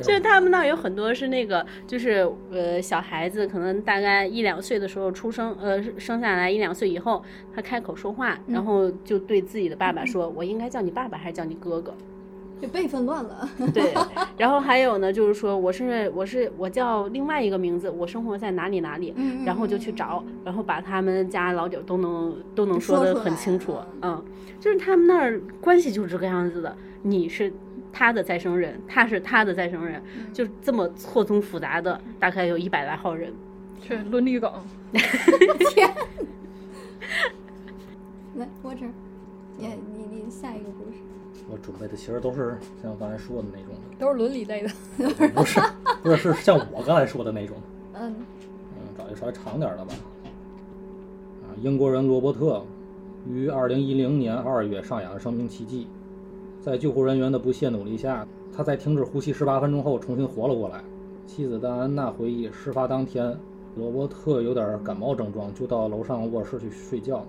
[SPEAKER 6] 就是他们那儿有很多是那个，就是呃小孩子可能大概一两岁的时候出生，呃生下来一两岁以后，他开口说话，然后就对自己的爸爸说：“我应该叫你爸爸还是叫你哥哥？”
[SPEAKER 1] 这辈分乱了， <laughs>
[SPEAKER 6] 对，然后还有呢，就是说我是我是我叫另外一个名字，我生活在哪里哪里，
[SPEAKER 1] 嗯
[SPEAKER 6] 然后就去找，然后把他们家老底儿都能都能
[SPEAKER 1] 说
[SPEAKER 6] 说得
[SPEAKER 1] 出
[SPEAKER 6] 很
[SPEAKER 1] 来
[SPEAKER 6] 清楚
[SPEAKER 1] 啊，
[SPEAKER 6] 嗯，就是他们那儿关系就是这个样子的，你是他的再生人，他是他的再生人，
[SPEAKER 1] 嗯
[SPEAKER 6] 就这么错综复杂的，大概有一百来号人。
[SPEAKER 2] 这伦理梗，
[SPEAKER 1] 来我这儿，你你你下一个故事，
[SPEAKER 4] 我准备的其实都是像我刚才说的那种
[SPEAKER 7] 都是伦理类的。
[SPEAKER 4] 的，不是不是是像我刚才说的那种。
[SPEAKER 1] 嗯，
[SPEAKER 4] 嗯，找一稍微长点儿的吧。啊，英国人罗伯特于二零一零年二月上演了生命奇迹，在救护人员的不懈努力下，他在停止呼吸十八分钟后重新活了过来。妻子戴安娜回忆，事发当天，罗伯特有点感冒症状，就到楼上卧室去睡觉。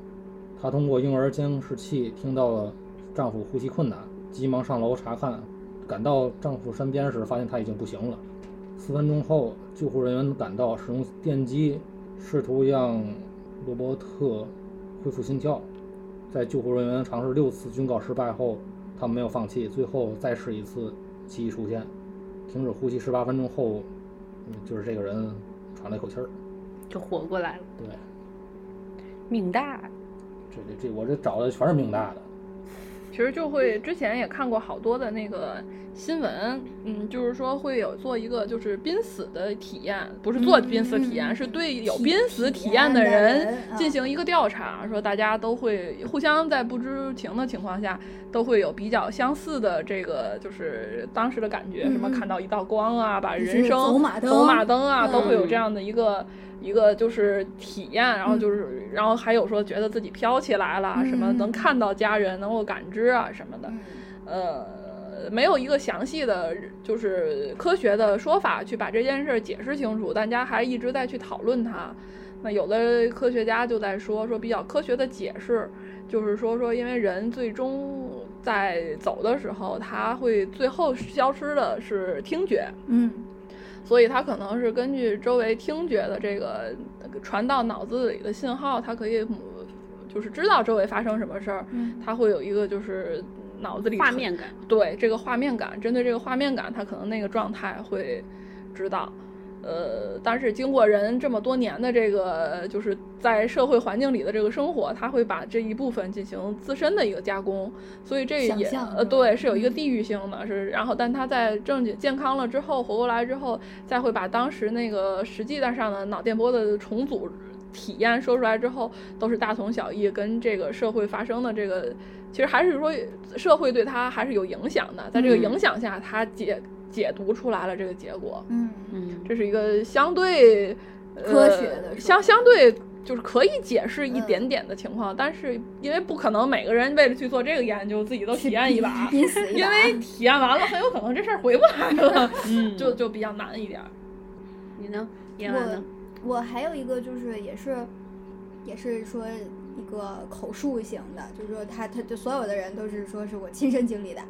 [SPEAKER 4] 她通过婴儿监视器听到了丈夫呼吸困难，急忙上楼查看。赶到丈夫身边时，发现他已经不行了。四分钟后，救护人员赶到，使用电击试图让罗伯特恢复心跳。在救护人员尝试六次均告失败后，他没有放弃，最后再试一次，奇迹出现，停止呼吸十八分钟后，嗯，就是这个人喘了一口气儿。
[SPEAKER 6] 就活过来了，
[SPEAKER 4] 对，
[SPEAKER 6] 命大，
[SPEAKER 4] 这这这，我这找的全是命大的。
[SPEAKER 2] 其实就会之前也看过好多的那个新闻，嗯，就是说会有做一个就是濒死的体验，不是做濒死体
[SPEAKER 1] 嗯
[SPEAKER 2] 验，
[SPEAKER 1] 嗯嗯
[SPEAKER 2] 是对有
[SPEAKER 1] 体
[SPEAKER 2] 濒死体验的人
[SPEAKER 1] 啊
[SPEAKER 2] 进行一个调查，说大家都会互相在不知情的情况下都会有比较相似的这个就是当时的感觉，
[SPEAKER 1] 嗯
[SPEAKER 2] 什么
[SPEAKER 1] 嗯
[SPEAKER 2] 看到一道光啊，把
[SPEAKER 1] 就是
[SPEAKER 2] 人生
[SPEAKER 1] 走马灯
[SPEAKER 2] 走马灯啊，
[SPEAKER 1] 嗯
[SPEAKER 2] 都会有这样的一个。一个就是体验，然后就是，然后还有说觉得自己飘起来了，什么
[SPEAKER 1] 嗯
[SPEAKER 2] 能看到家人，能够感知啊什么的，
[SPEAKER 1] 嗯
[SPEAKER 2] 呃，没有一个详细的就是科学的说法去把这件事儿解释清楚，大家还一直在去讨论它。那有的科学家就在说说比较科学的解释，就是说说因为人最终在走的时候，他会最后消失的是听觉，
[SPEAKER 1] 嗯
[SPEAKER 2] 所以它可能是根据周围听觉的这个传到脑子里的信号，它可以嗯就是知道周围发生什么事儿，
[SPEAKER 1] 嗯
[SPEAKER 2] 它会有一个就是脑子里
[SPEAKER 6] 画面感。
[SPEAKER 2] 对这个画面感，针对这个画面感，他可能那个状态会知道。呃，但是经过人这么多年的这个，就是在社会环境里的这个生活，他会把这一部分进行自身的一个加工，所以这
[SPEAKER 1] 想
[SPEAKER 2] 也
[SPEAKER 1] 象
[SPEAKER 2] 呃
[SPEAKER 1] 是吧
[SPEAKER 2] 对是有一个
[SPEAKER 1] 嗯
[SPEAKER 2] 地域性的，是然后但他在正经健康了之后活过来之后，再会把当时那个实际上的脑电波的重组体验说出来之后，都是大同小异，跟这个社会发生的这个，其实还是说社会对他还是有影响的，在这个
[SPEAKER 6] 嗯
[SPEAKER 2] 影响下，他解解读出来了这个结果，
[SPEAKER 1] 嗯，
[SPEAKER 6] 嗯，
[SPEAKER 2] 这是一个相对
[SPEAKER 1] 科学的
[SPEAKER 2] 呃、
[SPEAKER 1] 说
[SPEAKER 2] 相
[SPEAKER 1] 法
[SPEAKER 2] 相对。就是可以解释一
[SPEAKER 1] 嗯
[SPEAKER 2] 点点的情况，但是因为不可能每个人为了去做这个研究，自己都体验一
[SPEAKER 1] <laughs>
[SPEAKER 2] 把，
[SPEAKER 1] 濒死一
[SPEAKER 2] 因
[SPEAKER 1] 把
[SPEAKER 2] 为体验完了，很有可能这事儿回不来
[SPEAKER 1] <laughs>
[SPEAKER 2] 了，就就比较难一点儿。
[SPEAKER 6] 你呢？叶安
[SPEAKER 1] 我
[SPEAKER 6] 呢？
[SPEAKER 1] 我还有一个就是也是也是说一个口述型的，就是说他他就所有的人都是说是我亲身经历的，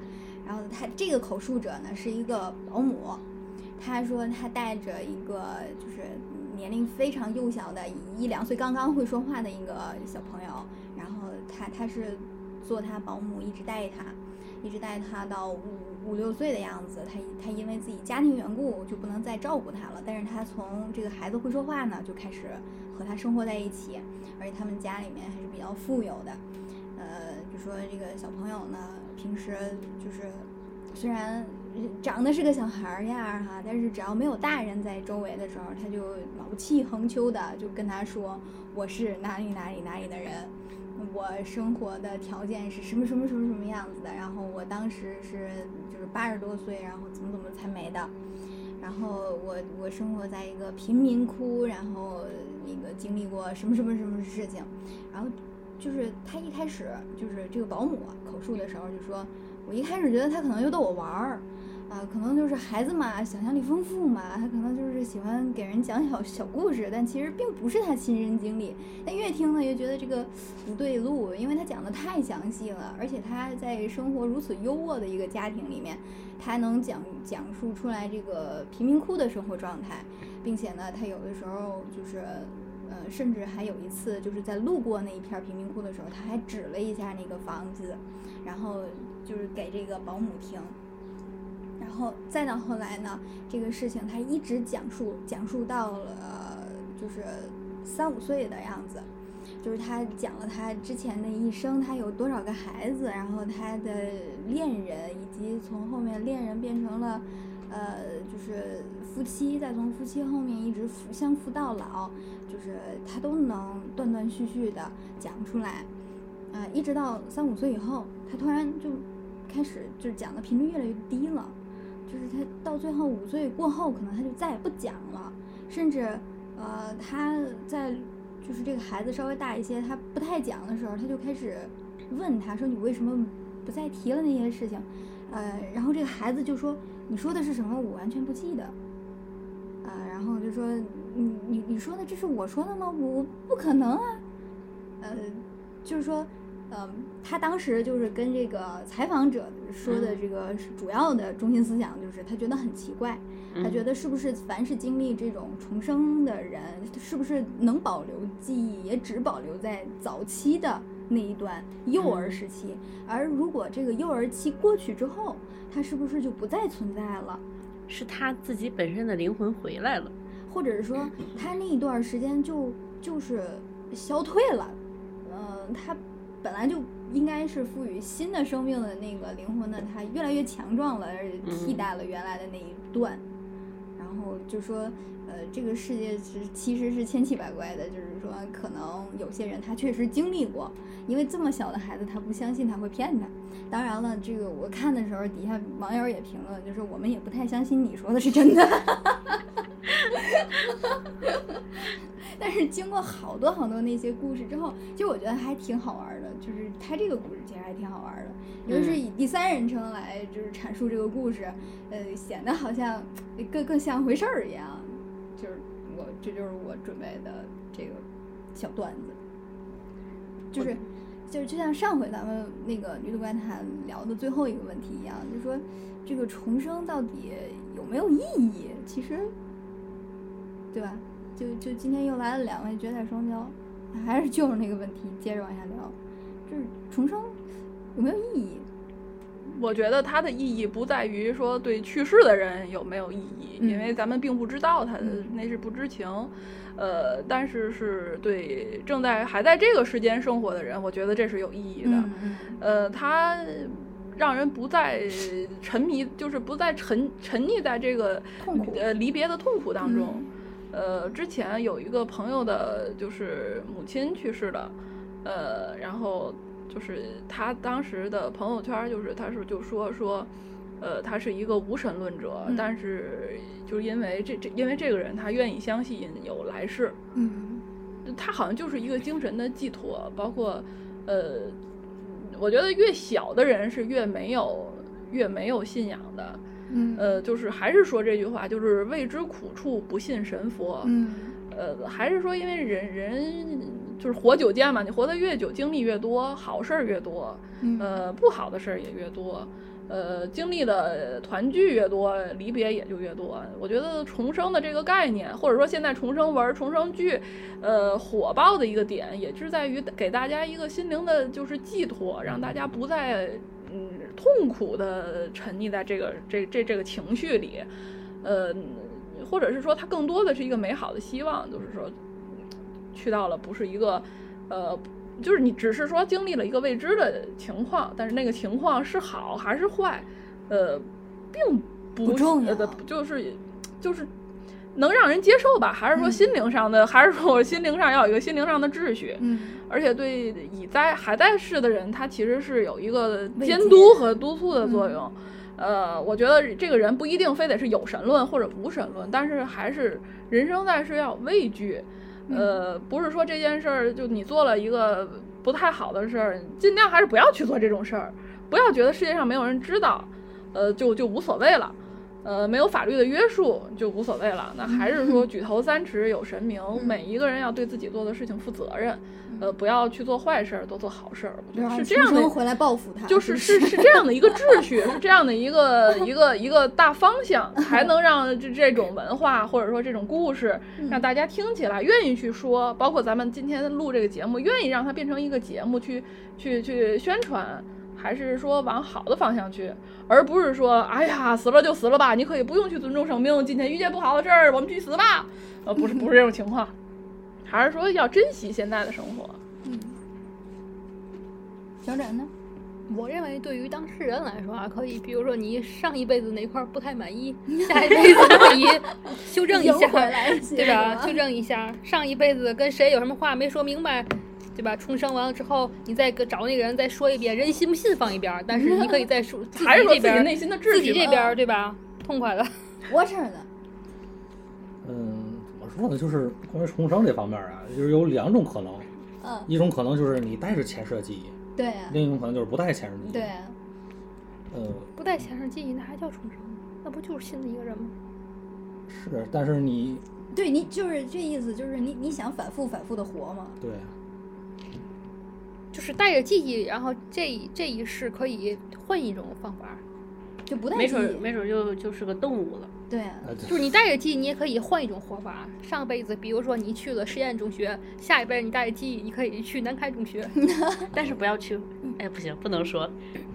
[SPEAKER 1] 然后他这个口述者呢是一个保姆，他说他带着一个就是年龄非常幼小的一两岁刚刚会说话的一个小朋友，然后他他是做他保姆一直带他，一直带他到五五六岁的样子，他他因为自己家庭缘故就不能再照顾他了，但是他从这个孩子会说话呢，就开始和他生活在一起，而且他们家里面还是比较富有的，呃，就说这个小朋友呢平时就是虽然长得是个小孩儿样儿哈，但是只要没有大人在周围的时候，他就老气横秋的就跟他说我是哪里哪里哪里的人，我生活的条件是什么什么什么什么样子的，然后我当时是就是八十多岁，然后怎么怎么才没的。然后我我生活在一个贫民窟，然后那个经历过什么什么什么事情，然后就是他一开始就是这个保姆啊口述的时候就说，我一开始觉得他可能就逗我玩儿，啊、可能就是孩子嘛，想象力丰富嘛，他可能就是喜欢给人讲小小故事，但其实并不是他亲身经历。但越听呢，越觉得这个不对路，因为他讲的太详细了，而且他在生活如此优渥的一个家庭里面，他能讲讲述出来这个贫民窟的生活状态，并且呢，他有的时候就是，呃，甚至还有一次就是在路过那一片贫民窟的时候，他还指了一下那个房子，然后就是给这个保姆听。然后再到后来呢，这个事情他一直讲述讲述到了就是三五岁的样子，就是他讲了他之前的一生，他有多少个孩子，然后他的恋人，以及从后面恋人变成了，呃，就是夫妻，再从夫妻后面一直扶相扶到老，就是他都能断断续续的讲出来，呃，一直到三五岁以后，他突然就开始就是讲的频率越来越低了，就是他到最后五岁过后，可能他就再也不讲了，甚至呃，他在就是这个孩子稍微大一些，他不太讲的时候，他就开始问他说：“你为什么不再提了那些事情？”呃，然后这个孩子就说：“你说的是什么？我完全不记得。”啊，然后就说：“你你你说的这是我说的吗？我不可能啊。”呃，就是说，嗯，他当时就是跟这个采访者说的这个是主要的中心思想就是他觉得很奇怪，
[SPEAKER 6] 嗯
[SPEAKER 1] 他觉得是不是凡是经历这种重生的人，是不是能保留记忆，也只保留在早期的那一段幼儿时期，而如果这个幼儿期过去之后，它是不是就不再存在了？
[SPEAKER 6] 是他自己本身的灵魂回来了。
[SPEAKER 1] 或者是说他那一段时间就就是消退了，呃，他本来就应该是赋予新的生命的那个灵魂的，他越来越强壮了，而且替代了原来的那一段。然后就说，呃，这个世界是其实是千奇百怪的，就是说可能有些人他确实经历过，因为这么小的孩子他不相信他会骗他。当然了，这个我看的时候底下网友也评论，就是我们也不太相信你说的是真的。 <laughs> 但是经过好多好多那些故事之后，其实我觉得还挺好玩的，就是他这个故事其实还挺好玩的，尤其是以第三人称来就是阐述这个故事，呃，显得好像更更像回事儿一样。就是我这就是我准备的这个小段子，就是就是就像上回咱们那个女子怪谈聊的最后一个问题一样，就说这个重生到底有没有意义？其实，对吧？就就今天又来了两位绝代双骄，还是就是那个问题，接着往下聊，就是重生有没有意义？
[SPEAKER 2] 我觉得它的意义不在于说对去世的人有没有意义，
[SPEAKER 1] 嗯
[SPEAKER 2] 因为咱们并不知道他的
[SPEAKER 1] 嗯
[SPEAKER 2] 那是不知情，呃，但是是对正在还在这个时间生活的人，我觉得这是有意义的。
[SPEAKER 1] 嗯
[SPEAKER 2] 呃，它让人不再沉迷，就是不再沉沉溺在这个
[SPEAKER 1] 痛苦
[SPEAKER 2] 呃离别的痛苦当中。
[SPEAKER 1] 嗯
[SPEAKER 2] 呃，之前有一个朋友的，就是母亲去世了，呃，然后就是他当时的朋友圈儿，就是他是就说说。呃，他是一个无神论者，
[SPEAKER 1] 嗯
[SPEAKER 2] 但是就是因为这这，因为这个人他愿意相信有来世，
[SPEAKER 1] 嗯
[SPEAKER 2] 它好像就是一个精神的寄托，包括，呃，我觉得越小的人是越没有越没有信仰的，
[SPEAKER 1] 嗯
[SPEAKER 2] 呃，就是还是说这句话，就是未知苦处不信神佛，
[SPEAKER 1] 嗯
[SPEAKER 2] 呃，还是说因为人人就是活久见嘛，你活得越久，经历越多，好事儿越多，
[SPEAKER 1] 嗯
[SPEAKER 2] 呃，不好的事儿也越多，呃，经历的团聚越多，离别也就越多。我觉得重生的这个概念，或者说现在重生文儿、重生剧，呃，火爆的一个点，也是在于给大家一个心灵的，就是寄托，让大家不再嗯痛苦的沉溺在这个这这这个情绪里，呃，或者是说它更多的是一个美好的希望，就是说去到了不是一个呃就是你只是说经历了一个未知的情况，但是那个情况是好还是坏，呃，并不
[SPEAKER 1] 不重要
[SPEAKER 2] 呃、就是就是能让人接受吧，还
[SPEAKER 1] 嗯
[SPEAKER 2] 是说心灵上的，还是说我心灵上要有一个心灵上的秩序，
[SPEAKER 1] 嗯，
[SPEAKER 2] 而且对已在还在世的人，他其实是有一个
[SPEAKER 1] 慰
[SPEAKER 2] 监
[SPEAKER 1] 藉嗯
[SPEAKER 2] 督和督促的作用。呃，我觉得这个人不一定非得是有神论或者无神论，但是还是人生在世要有畏惧。
[SPEAKER 1] 嗯
[SPEAKER 2] 呃，不是说这件事儿就你做了一个不太好的事儿，尽量还是不要去做这种事儿，不要觉得世界上没有人知道，呃，就就无所谓了。呃，没有法律的约束就无所谓了。
[SPEAKER 1] 嗯
[SPEAKER 2] 那还是说举头三尺有神明，每一个人要对自己做的事情负责任，
[SPEAKER 1] 嗯
[SPEAKER 2] 呃，不要去做坏事儿，多做好事儿。我觉
[SPEAKER 1] 然
[SPEAKER 2] 得
[SPEAKER 1] 后
[SPEAKER 2] 是
[SPEAKER 1] 出
[SPEAKER 2] 这样的
[SPEAKER 1] 嗯生，回来报复
[SPEAKER 3] <laughs>
[SPEAKER 1] 他，
[SPEAKER 2] 就是是是这样的一个秩序，是这样的一个一个一个大方向，才能让这这种文化或者说这种故事
[SPEAKER 3] 嗯
[SPEAKER 2] 让大家听起来愿意去说，包括咱们今天录这个节目，愿意让它变成一个节目去去去宣传，还是说往好的方向去，而不是说哎呀死了就死了吧，你可以不用去尊重生命，今天遇见不好的事儿我们去死吧，呃不是不是这种情况，还是说要珍惜现在的生活。
[SPEAKER 1] 小展呢？
[SPEAKER 3] 我认为对于当事人来说啊，可以，比如说你上一辈子哪块儿不太满 <laughs> 意，下一辈子可以修正一
[SPEAKER 1] 游
[SPEAKER 3] 下，
[SPEAKER 1] 回来接
[SPEAKER 3] 对吧？
[SPEAKER 1] 着
[SPEAKER 3] 纠正一下，上一辈子跟谁有什么话没说明白，对吧？重生完了之后，你再跟找那个人再说一遍，人信不信放一边儿，但是你可以再说自己 <laughs>
[SPEAKER 2] 还是说
[SPEAKER 3] 这
[SPEAKER 2] 自
[SPEAKER 3] 边
[SPEAKER 2] 己
[SPEAKER 3] 儿，
[SPEAKER 2] 内心的秩
[SPEAKER 3] 自
[SPEAKER 2] 序吧
[SPEAKER 3] 己这边儿，对吧？痛快了，
[SPEAKER 1] 我这儿呢，
[SPEAKER 4] 嗯，怎么说呢？就是关于重生这方面啊，就是有两种可能，
[SPEAKER 1] 嗯，
[SPEAKER 4] 一种可能就是你带着前世的记忆，
[SPEAKER 1] 对呀、
[SPEAKER 4] 另一种可能就是不带前世的记忆。
[SPEAKER 1] 对、啊呀，
[SPEAKER 4] 嗯，
[SPEAKER 3] <laughs> 不带前世记忆，那还叫重生吗？那不就是新的一个人吗？
[SPEAKER 4] 是，但是你
[SPEAKER 1] 对你就是这意思，就是你你想反复反复的活嘛，
[SPEAKER 4] 对，
[SPEAKER 3] 就是带着记忆，然后这一这一世可以换一种方法儿，
[SPEAKER 1] 就不带
[SPEAKER 6] 没
[SPEAKER 1] 记
[SPEAKER 6] 准儿
[SPEAKER 1] 忆，
[SPEAKER 6] 没准儿就就是个动物了。
[SPEAKER 1] 对、啊呀，
[SPEAKER 4] 呃，对
[SPEAKER 3] 就是你带着记忆，你也可以换一种活法儿。上辈子，比如说你去了实验中学，下一辈你带着记忆，你可以去南开中学。
[SPEAKER 6] 但是不要去，哎，不行，不能说。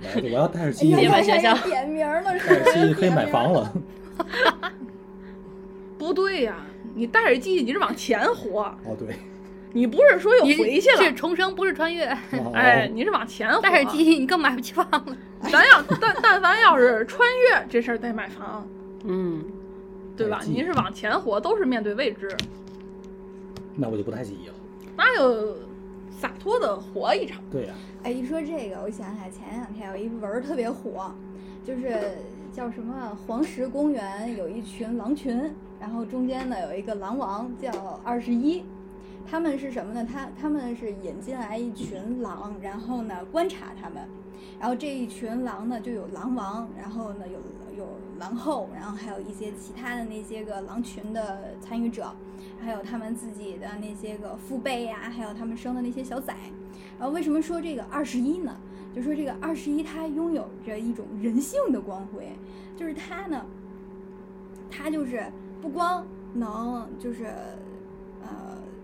[SPEAKER 4] 来呃我要带着记忆，
[SPEAKER 1] 哎呀
[SPEAKER 6] 买学校
[SPEAKER 1] 开始点名儿了，是
[SPEAKER 4] 带
[SPEAKER 1] 吧
[SPEAKER 4] 着记忆可以买房。了。
[SPEAKER 2] 不对呀、你带着记忆，你是往前活，
[SPEAKER 4] 哦，对，
[SPEAKER 2] 你不是说又
[SPEAKER 3] 你
[SPEAKER 2] 回去
[SPEAKER 3] 是
[SPEAKER 2] 了，
[SPEAKER 3] 重生，不是
[SPEAKER 2] <laughs>
[SPEAKER 3] 穿越。
[SPEAKER 4] 哦
[SPEAKER 2] 哎，，你是往前活。
[SPEAKER 3] 带着记忆，你更买不起房了。 <laughs>
[SPEAKER 2] 咱要但但凡要是穿越这事儿得买房，
[SPEAKER 6] 嗯，
[SPEAKER 2] 对吧
[SPEAKER 4] 带？记忆
[SPEAKER 2] 您是往前活，都是面对未知，
[SPEAKER 4] 那我就不带记忆了。
[SPEAKER 2] 那就洒脱的活一场。
[SPEAKER 4] 对呀、
[SPEAKER 1] 哎，一说这个，我想起来前两天有一文儿特别火，就是叫什么黄石公园有一群狼群，然后中间呢有一个狼王叫二十一。他们是什么呢？他他们是引进来一群狼，然后呢观察他们，然后这一群狼呢就有狼王，然后呢有有狼后，然后还有一些其他的那些个狼群的参与者，还有他们自己的那些个父辈呀、还有他们生的那些小崽。然呃后为什么说这个二十一呢？就说这个二十一，它拥有着一种人性的光辉，就是它呢，它就是不光能就是呃，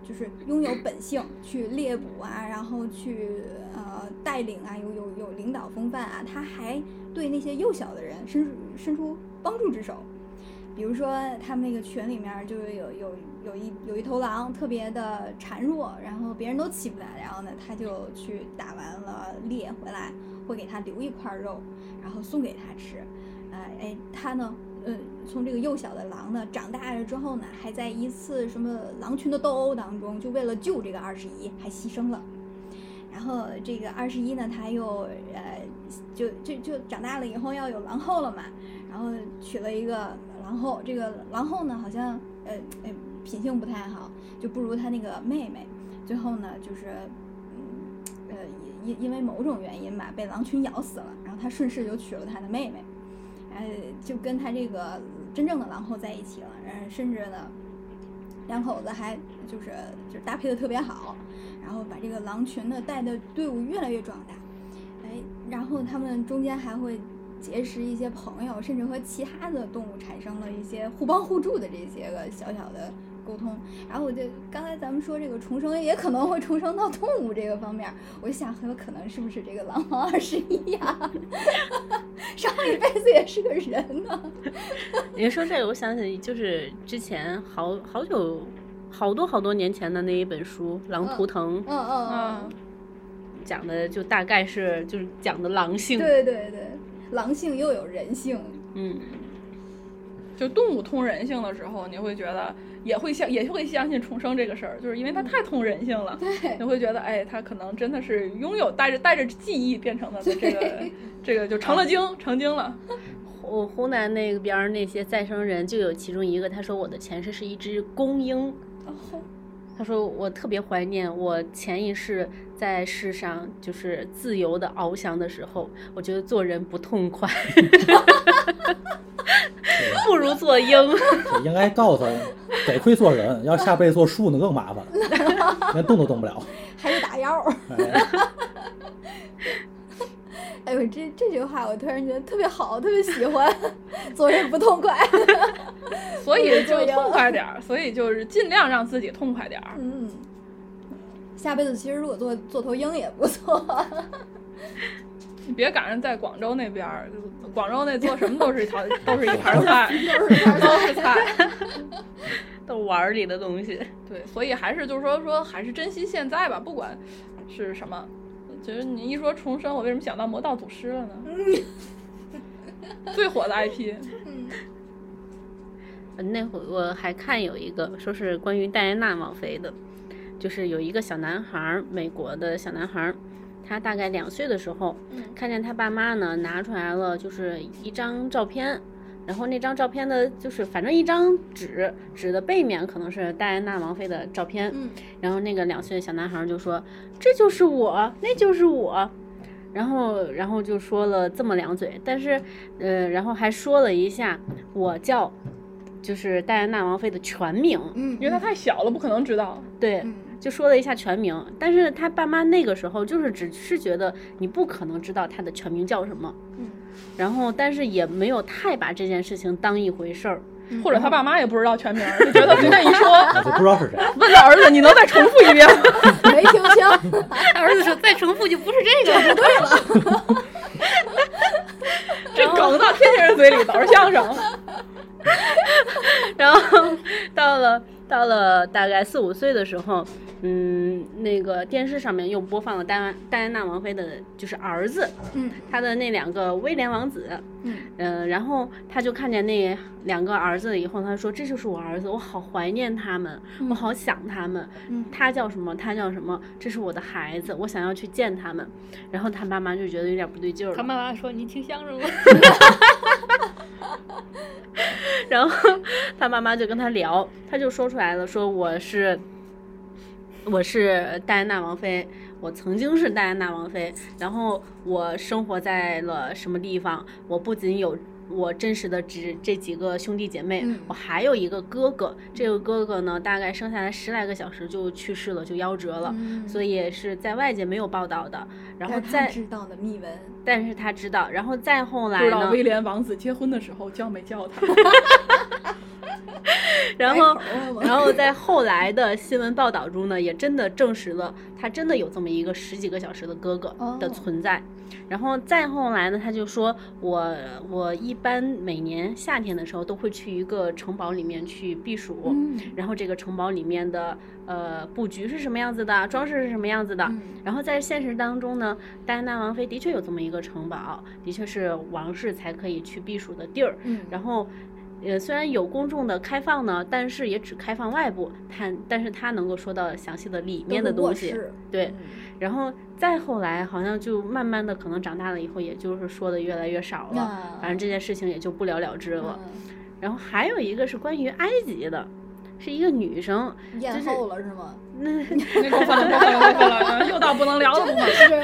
[SPEAKER 1] 就是拥有本性去猎捕啊，然后去呃带领啊，有有有领导风范啊，他还对那些幼小的人伸出伸出帮助之手。比如说，他们那个群里面儿就是有有有一有一头狼特别的孱弱，然后别人都欺负它，然后呢，他就去打完了猎回来，会给它留一块儿肉，然后送给它吃。呃，哎，它呢，呃，从这个幼小的狼呢，长大了之后呢，还在一次什么狼群的斗殴当中，就为了救这个二十一，还牺牲了。然后这个二十一呢，他又呃，就就就长大了以后要有狼后了嘛，然后娶了一个狼后。这个狼后呢，好像呃呃品性不太好，就不如他那个妹妹。最后呢，就是嗯呃因因为某种原因吧，被狼群咬死了，然后他顺势就娶了他的妹妹，呃就跟他这个真正的狼后在一起了，呃甚至呢。两口子还就是就是搭配的特别好，然后把这个狼群呢带的队伍越来越壮大，哎，然后他们中间还会结识一些朋友，甚至和其他的动物产生了一些互帮互助的这些个小小的沟通。然后我就刚才咱们说这个重生也可能会重生到动物这个方面儿，我就想很有可能是不是这个狼王二十一啊呀？上一辈子也是个人呢、
[SPEAKER 6] 您说这个，我想起就是之前好好久、好多好多年前的那一本书《狼图腾》，
[SPEAKER 1] 嗯嗯
[SPEAKER 2] 啊
[SPEAKER 1] 嗯，
[SPEAKER 6] 讲的就大概是就是讲的狼性，
[SPEAKER 1] 对对对，狼性又有人性，
[SPEAKER 6] 嗯，
[SPEAKER 2] 就动物通人性的时候，你会觉得也会相也会相信重生这个事儿，就是因为它太通人性了，
[SPEAKER 1] 对
[SPEAKER 2] 你会觉得哎，它可能真的是拥有带着带着记忆变成的这个这个就成了精成精了，
[SPEAKER 6] 湖湖南那边儿那些再生人就有其中一个，他说我的前世是一只公鹰，他说我特别怀念我前一世在世上就是自由的翱翔的时候，我觉得做人不痛快， <laughs> 不如做鹰。 <laughs>
[SPEAKER 4] 也应该告诉他，得亏做人，要下辈子做树那更麻烦，连动都动不了。
[SPEAKER 1] 还得打药。
[SPEAKER 4] 哎，
[SPEAKER 1] <laughs> 哎呦，这这句话我突然觉得特别好，特别喜欢， <laughs> 做人不痛快。
[SPEAKER 2] 所以 <laughs> 就痛快点儿，所以就是尽量让自己痛快点儿。
[SPEAKER 1] 嗯，下辈子其实如果做做头鹰也不错。 <laughs>
[SPEAKER 2] 你别赶上在广州那边儿，广州那做什么都是一条都是一盘菜，都是菜。
[SPEAKER 6] 豆丸儿里的东西，
[SPEAKER 2] <laughs> 对，所以还是就是说说还是珍惜现在吧，不管是什么。就是你一说重生，我为什么想到魔道祖师了呢？最火的 IP，
[SPEAKER 1] 嗯
[SPEAKER 6] 那会我还看有一个说是关于戴安娜王妃的，就是有一个小男孩儿，美国的小男孩儿，他大概两岁的时候，
[SPEAKER 1] 嗯
[SPEAKER 6] 看见他爸妈呢拿出来了，就是一张照片，然后那张照片的就是反正一张纸，纸的背面可能是戴安娜王妃的照片，
[SPEAKER 1] 嗯，
[SPEAKER 6] 然后那个两岁的小男孩就说：“这就是我，那就是我。”然后，然后就说了这么两嘴，但是，呃，然后还说了一下我叫，就是戴安娜王妃的全名，
[SPEAKER 1] 嗯，
[SPEAKER 2] 因为他太小了，不可能知道。
[SPEAKER 6] 对，
[SPEAKER 1] 嗯
[SPEAKER 6] 就说了一下全名。但是他爸妈那个时候就是只是觉得你不可能知道他的全名叫什么，
[SPEAKER 1] 嗯
[SPEAKER 6] 然后但是也没有太把这件事情当一回
[SPEAKER 2] <laughs>
[SPEAKER 6] 事儿，
[SPEAKER 1] 嗯
[SPEAKER 2] 或者他爸妈也不知道全名儿，就觉
[SPEAKER 4] <laughs>
[SPEAKER 2] 得随便一说。
[SPEAKER 4] 我哎就不知道是谁。
[SPEAKER 2] 问他儿子，你能再重复一遍吗？
[SPEAKER 1] 没听清， <laughs>
[SPEAKER 3] 他儿子说再重复就不是这
[SPEAKER 2] <laughs>
[SPEAKER 3] 个，
[SPEAKER 2] 这梗到天津人嘴里都是相声。
[SPEAKER 6] <laughs> 然后到了到了大概四五岁的时候，嗯，那个电视上面又播放了戴安戴安娜王妃的，就是儿子，
[SPEAKER 1] 嗯
[SPEAKER 6] 他的那两个威廉王子，
[SPEAKER 1] 嗯
[SPEAKER 6] 嗯、然后他就看见那两个儿子以后，他说这就是我儿子，我好怀念他们，
[SPEAKER 2] 嗯
[SPEAKER 6] 我好想他们，
[SPEAKER 1] 嗯
[SPEAKER 6] 他叫什么，他叫什么，这是我的孩子，我想要去见他们。然后他妈妈就觉得有点不对劲儿了，
[SPEAKER 3] 他妈妈说你听相声了，
[SPEAKER 6] 然后他妈妈就跟他聊，他就说出来了，说我是我是戴安娜王妃，我曾经是戴安娜王妃，然后我生活在了什么地方？我不仅有。我真实的只这几个兄弟姐妹，
[SPEAKER 1] 嗯
[SPEAKER 6] 我还有一个哥哥。这个哥哥呢，大概生下来十来个小时就去世了，就夭折了，
[SPEAKER 1] 嗯
[SPEAKER 6] 所以是在外界没有报道的。然后
[SPEAKER 1] 但是他
[SPEAKER 6] 再，
[SPEAKER 1] 知道的秘闻，
[SPEAKER 6] 但是他知道，然后再后
[SPEAKER 2] 不
[SPEAKER 6] 来
[SPEAKER 2] 知道
[SPEAKER 6] 呢？
[SPEAKER 2] 威廉王子结婚的时候叫没叫他？
[SPEAKER 6] <laughs> 然
[SPEAKER 1] 改
[SPEAKER 6] 后
[SPEAKER 1] 口了我
[SPEAKER 6] <laughs> 然后在后来的新闻报道中呢，也真的证实了他真的有这么一个十几个小时的哥哥
[SPEAKER 1] 哦
[SPEAKER 6] 的存在。然后再后来呢，他就说我我一般每年夏天的时候都会去一个城堡里面去避暑。
[SPEAKER 1] 嗯
[SPEAKER 6] 然后这个城堡里面的呃布局是什么样子的，装饰是什么样子的，
[SPEAKER 1] 嗯
[SPEAKER 6] 然后在现实当中呢，戴安娜王妃的确有这么一个城堡，的确是王室才可以去避暑的地儿。
[SPEAKER 1] 嗯，
[SPEAKER 6] 然后，呃，虽然有公众的开放呢，但是也只开放外部，它但是它能够说到详细的里
[SPEAKER 1] 嗯
[SPEAKER 6] 面的东西。对，然后再后来，好像就慢慢的可能长大了以后，也就是说的越来越少了，
[SPEAKER 1] 那
[SPEAKER 6] 反正这件事情也就不了了之了。
[SPEAKER 1] 嗯
[SPEAKER 6] 然后还有一个是关于埃及的，是一个女生，
[SPEAKER 1] 嗯咽后了是吗？
[SPEAKER 6] 那
[SPEAKER 2] <laughs> 那过分了，过分了，过分了，又到不能聊的部分了。
[SPEAKER 1] 是，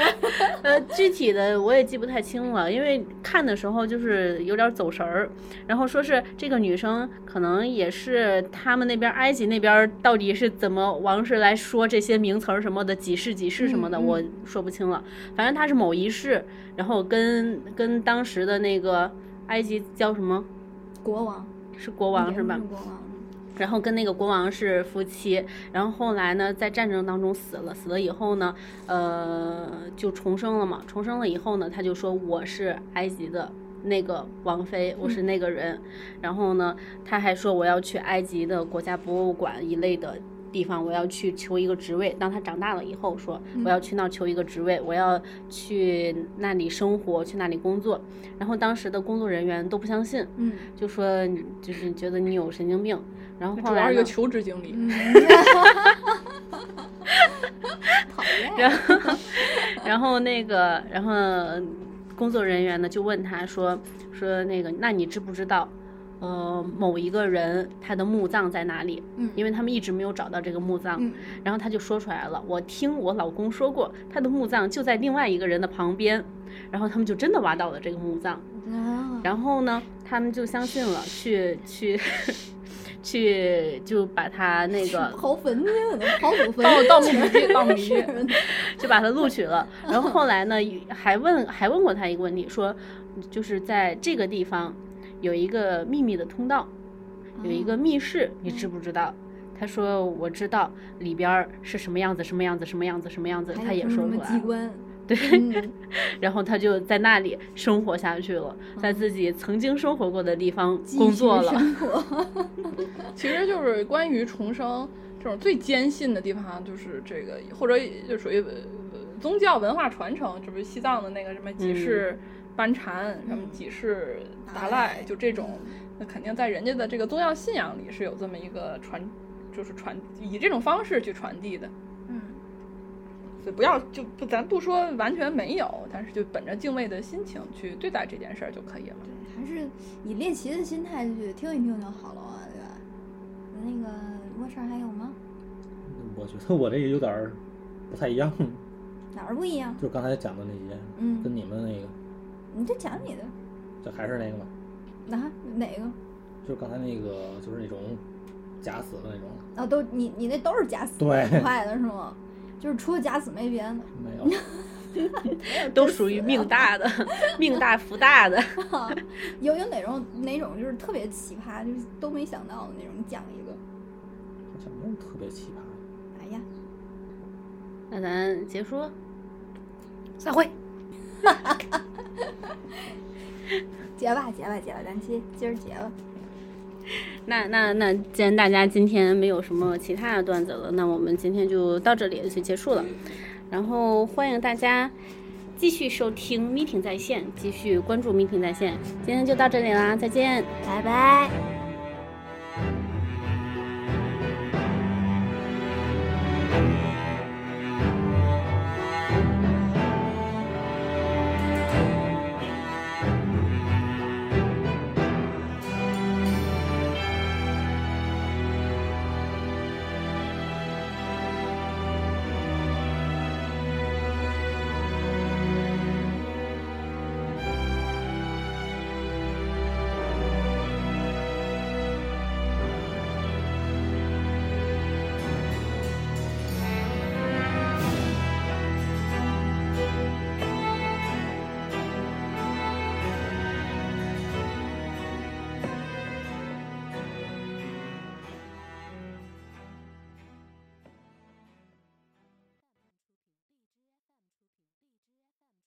[SPEAKER 1] <laughs>
[SPEAKER 6] 呃，具体的我也记不太清了，因为看的时候就是有点走神儿。然后说是这个女生可能也是他们那边埃及那边到底是怎么王室来说这些名词儿什么的，几世几世什么的，
[SPEAKER 1] 嗯嗯
[SPEAKER 6] 我说不清了。反正她是某一世，然后跟跟当时的那个埃及叫什么
[SPEAKER 1] 国王，
[SPEAKER 6] 是国王
[SPEAKER 1] 嗯
[SPEAKER 6] 是吧？
[SPEAKER 1] 国王，
[SPEAKER 6] 然后跟那个国王是夫妻，然后后来呢，在战争当中死了，死了以后呢，呃，就重生了嘛。重生了以后呢，他就说我是埃及的那个王妃，我是那个人。然后呢，他还说我要去埃及的国家博物馆一类的地方，我要去求一个职位。当他长大了以后，说我要去那儿求一个职位，我要去那里生活，去那里工作。然后当时的工作人员都不相信，
[SPEAKER 1] 嗯，
[SPEAKER 6] 就说你就是觉得你有神经病。然后后
[SPEAKER 2] 主要
[SPEAKER 6] 来
[SPEAKER 2] 是个
[SPEAKER 6] 呢，
[SPEAKER 2] 求职经理，
[SPEAKER 1] 讨厌，
[SPEAKER 6] <laughs> 然后那个，然后工作人员呢就问他说说那个，那你知不知道，呃，某一个人他的墓葬在哪里？
[SPEAKER 1] 嗯
[SPEAKER 6] 因为他们一直没有找到这个墓葬。
[SPEAKER 1] 嗯
[SPEAKER 6] 然后他就说出来了，我听我老公说过，他的墓葬就在另外一个人的旁边。然后他们就真的挖到了这个墓葬。
[SPEAKER 1] 啊，
[SPEAKER 6] 然后呢，他们就相信了，去去 <laughs> 去就把他那个
[SPEAKER 1] <laughs> 刨坟去了，刨祖坟，
[SPEAKER 2] 盗盗墓笔记，盗墓笔记。
[SPEAKER 6] 就把他录取了。然后后来呢，还问还问过他一个问题，说就是在这个地方有一个秘密的通道，有一个密室，你知不知道？他说我知道里边儿是什么样子，什么样子，什么样子，什么样子， <laughs> 他
[SPEAKER 1] 还有
[SPEAKER 6] 也
[SPEAKER 1] 什
[SPEAKER 6] 说
[SPEAKER 1] 么什么
[SPEAKER 6] 出来
[SPEAKER 1] 机
[SPEAKER 6] 了。
[SPEAKER 1] 关，
[SPEAKER 6] 对，
[SPEAKER 1] 嗯，
[SPEAKER 6] 然后他就在那里生活下去了，在自己曾经生活过的地方
[SPEAKER 1] 继
[SPEAKER 6] <laughs> 工
[SPEAKER 1] 续
[SPEAKER 6] 作了。
[SPEAKER 1] 嗯生活
[SPEAKER 2] 其实就是关于重生这种最坚信的地方，就是这个，或者就属于呃宗教文化传承，这不是西藏的那个什么几世班禅，什么几世达赖，就这种，那肯定在人家的这个宗教信仰里是有这么一个传，就是传以这种方式去传递的。
[SPEAKER 1] 嗯，
[SPEAKER 2] 所以不要就不，咱不说完全没有，但是就本着敬畏的心情去对待这件事儿就可以了。
[SPEAKER 1] 还是以猎奇的心态去听一听就好了啊，对吧？那个卧事儿还有吗？
[SPEAKER 4] 我觉得我这个有点儿不太一样，
[SPEAKER 1] 哪儿不一样？
[SPEAKER 4] 就刚才讲的那些，
[SPEAKER 1] 嗯
[SPEAKER 4] 跟你们那个，
[SPEAKER 1] 你就讲你的，
[SPEAKER 4] 就还是那个嘛，
[SPEAKER 1] 哪哪个？
[SPEAKER 4] 就是刚才那个，就是那种假死的那种，
[SPEAKER 1] 啊，都你你那都是假死
[SPEAKER 4] 对
[SPEAKER 1] 很快的是吗？就是除了假死没别的，
[SPEAKER 4] 没有。
[SPEAKER 6] 都属于命大的， <laughs> 命大福
[SPEAKER 1] <laughs>
[SPEAKER 6] 大的。
[SPEAKER 1] 有有哪种哪种就是特别奇葩，就是都没想到的那种，你讲一个。
[SPEAKER 4] 好像没有特别奇葩。
[SPEAKER 1] 哎呀，
[SPEAKER 6] 那咱结束。
[SPEAKER 3] 散会。
[SPEAKER 1] 结吧结吧结吧，咱今今儿结吧。
[SPEAKER 6] 那那那，既然大家今天没有什么其他的段子了，那我们今天就到这里就结束了。然后欢迎大家继续收听 Meeting 在线，继续关注 Meeting 在线。今天就到这里啦，再见。
[SPEAKER 1] 拜拜。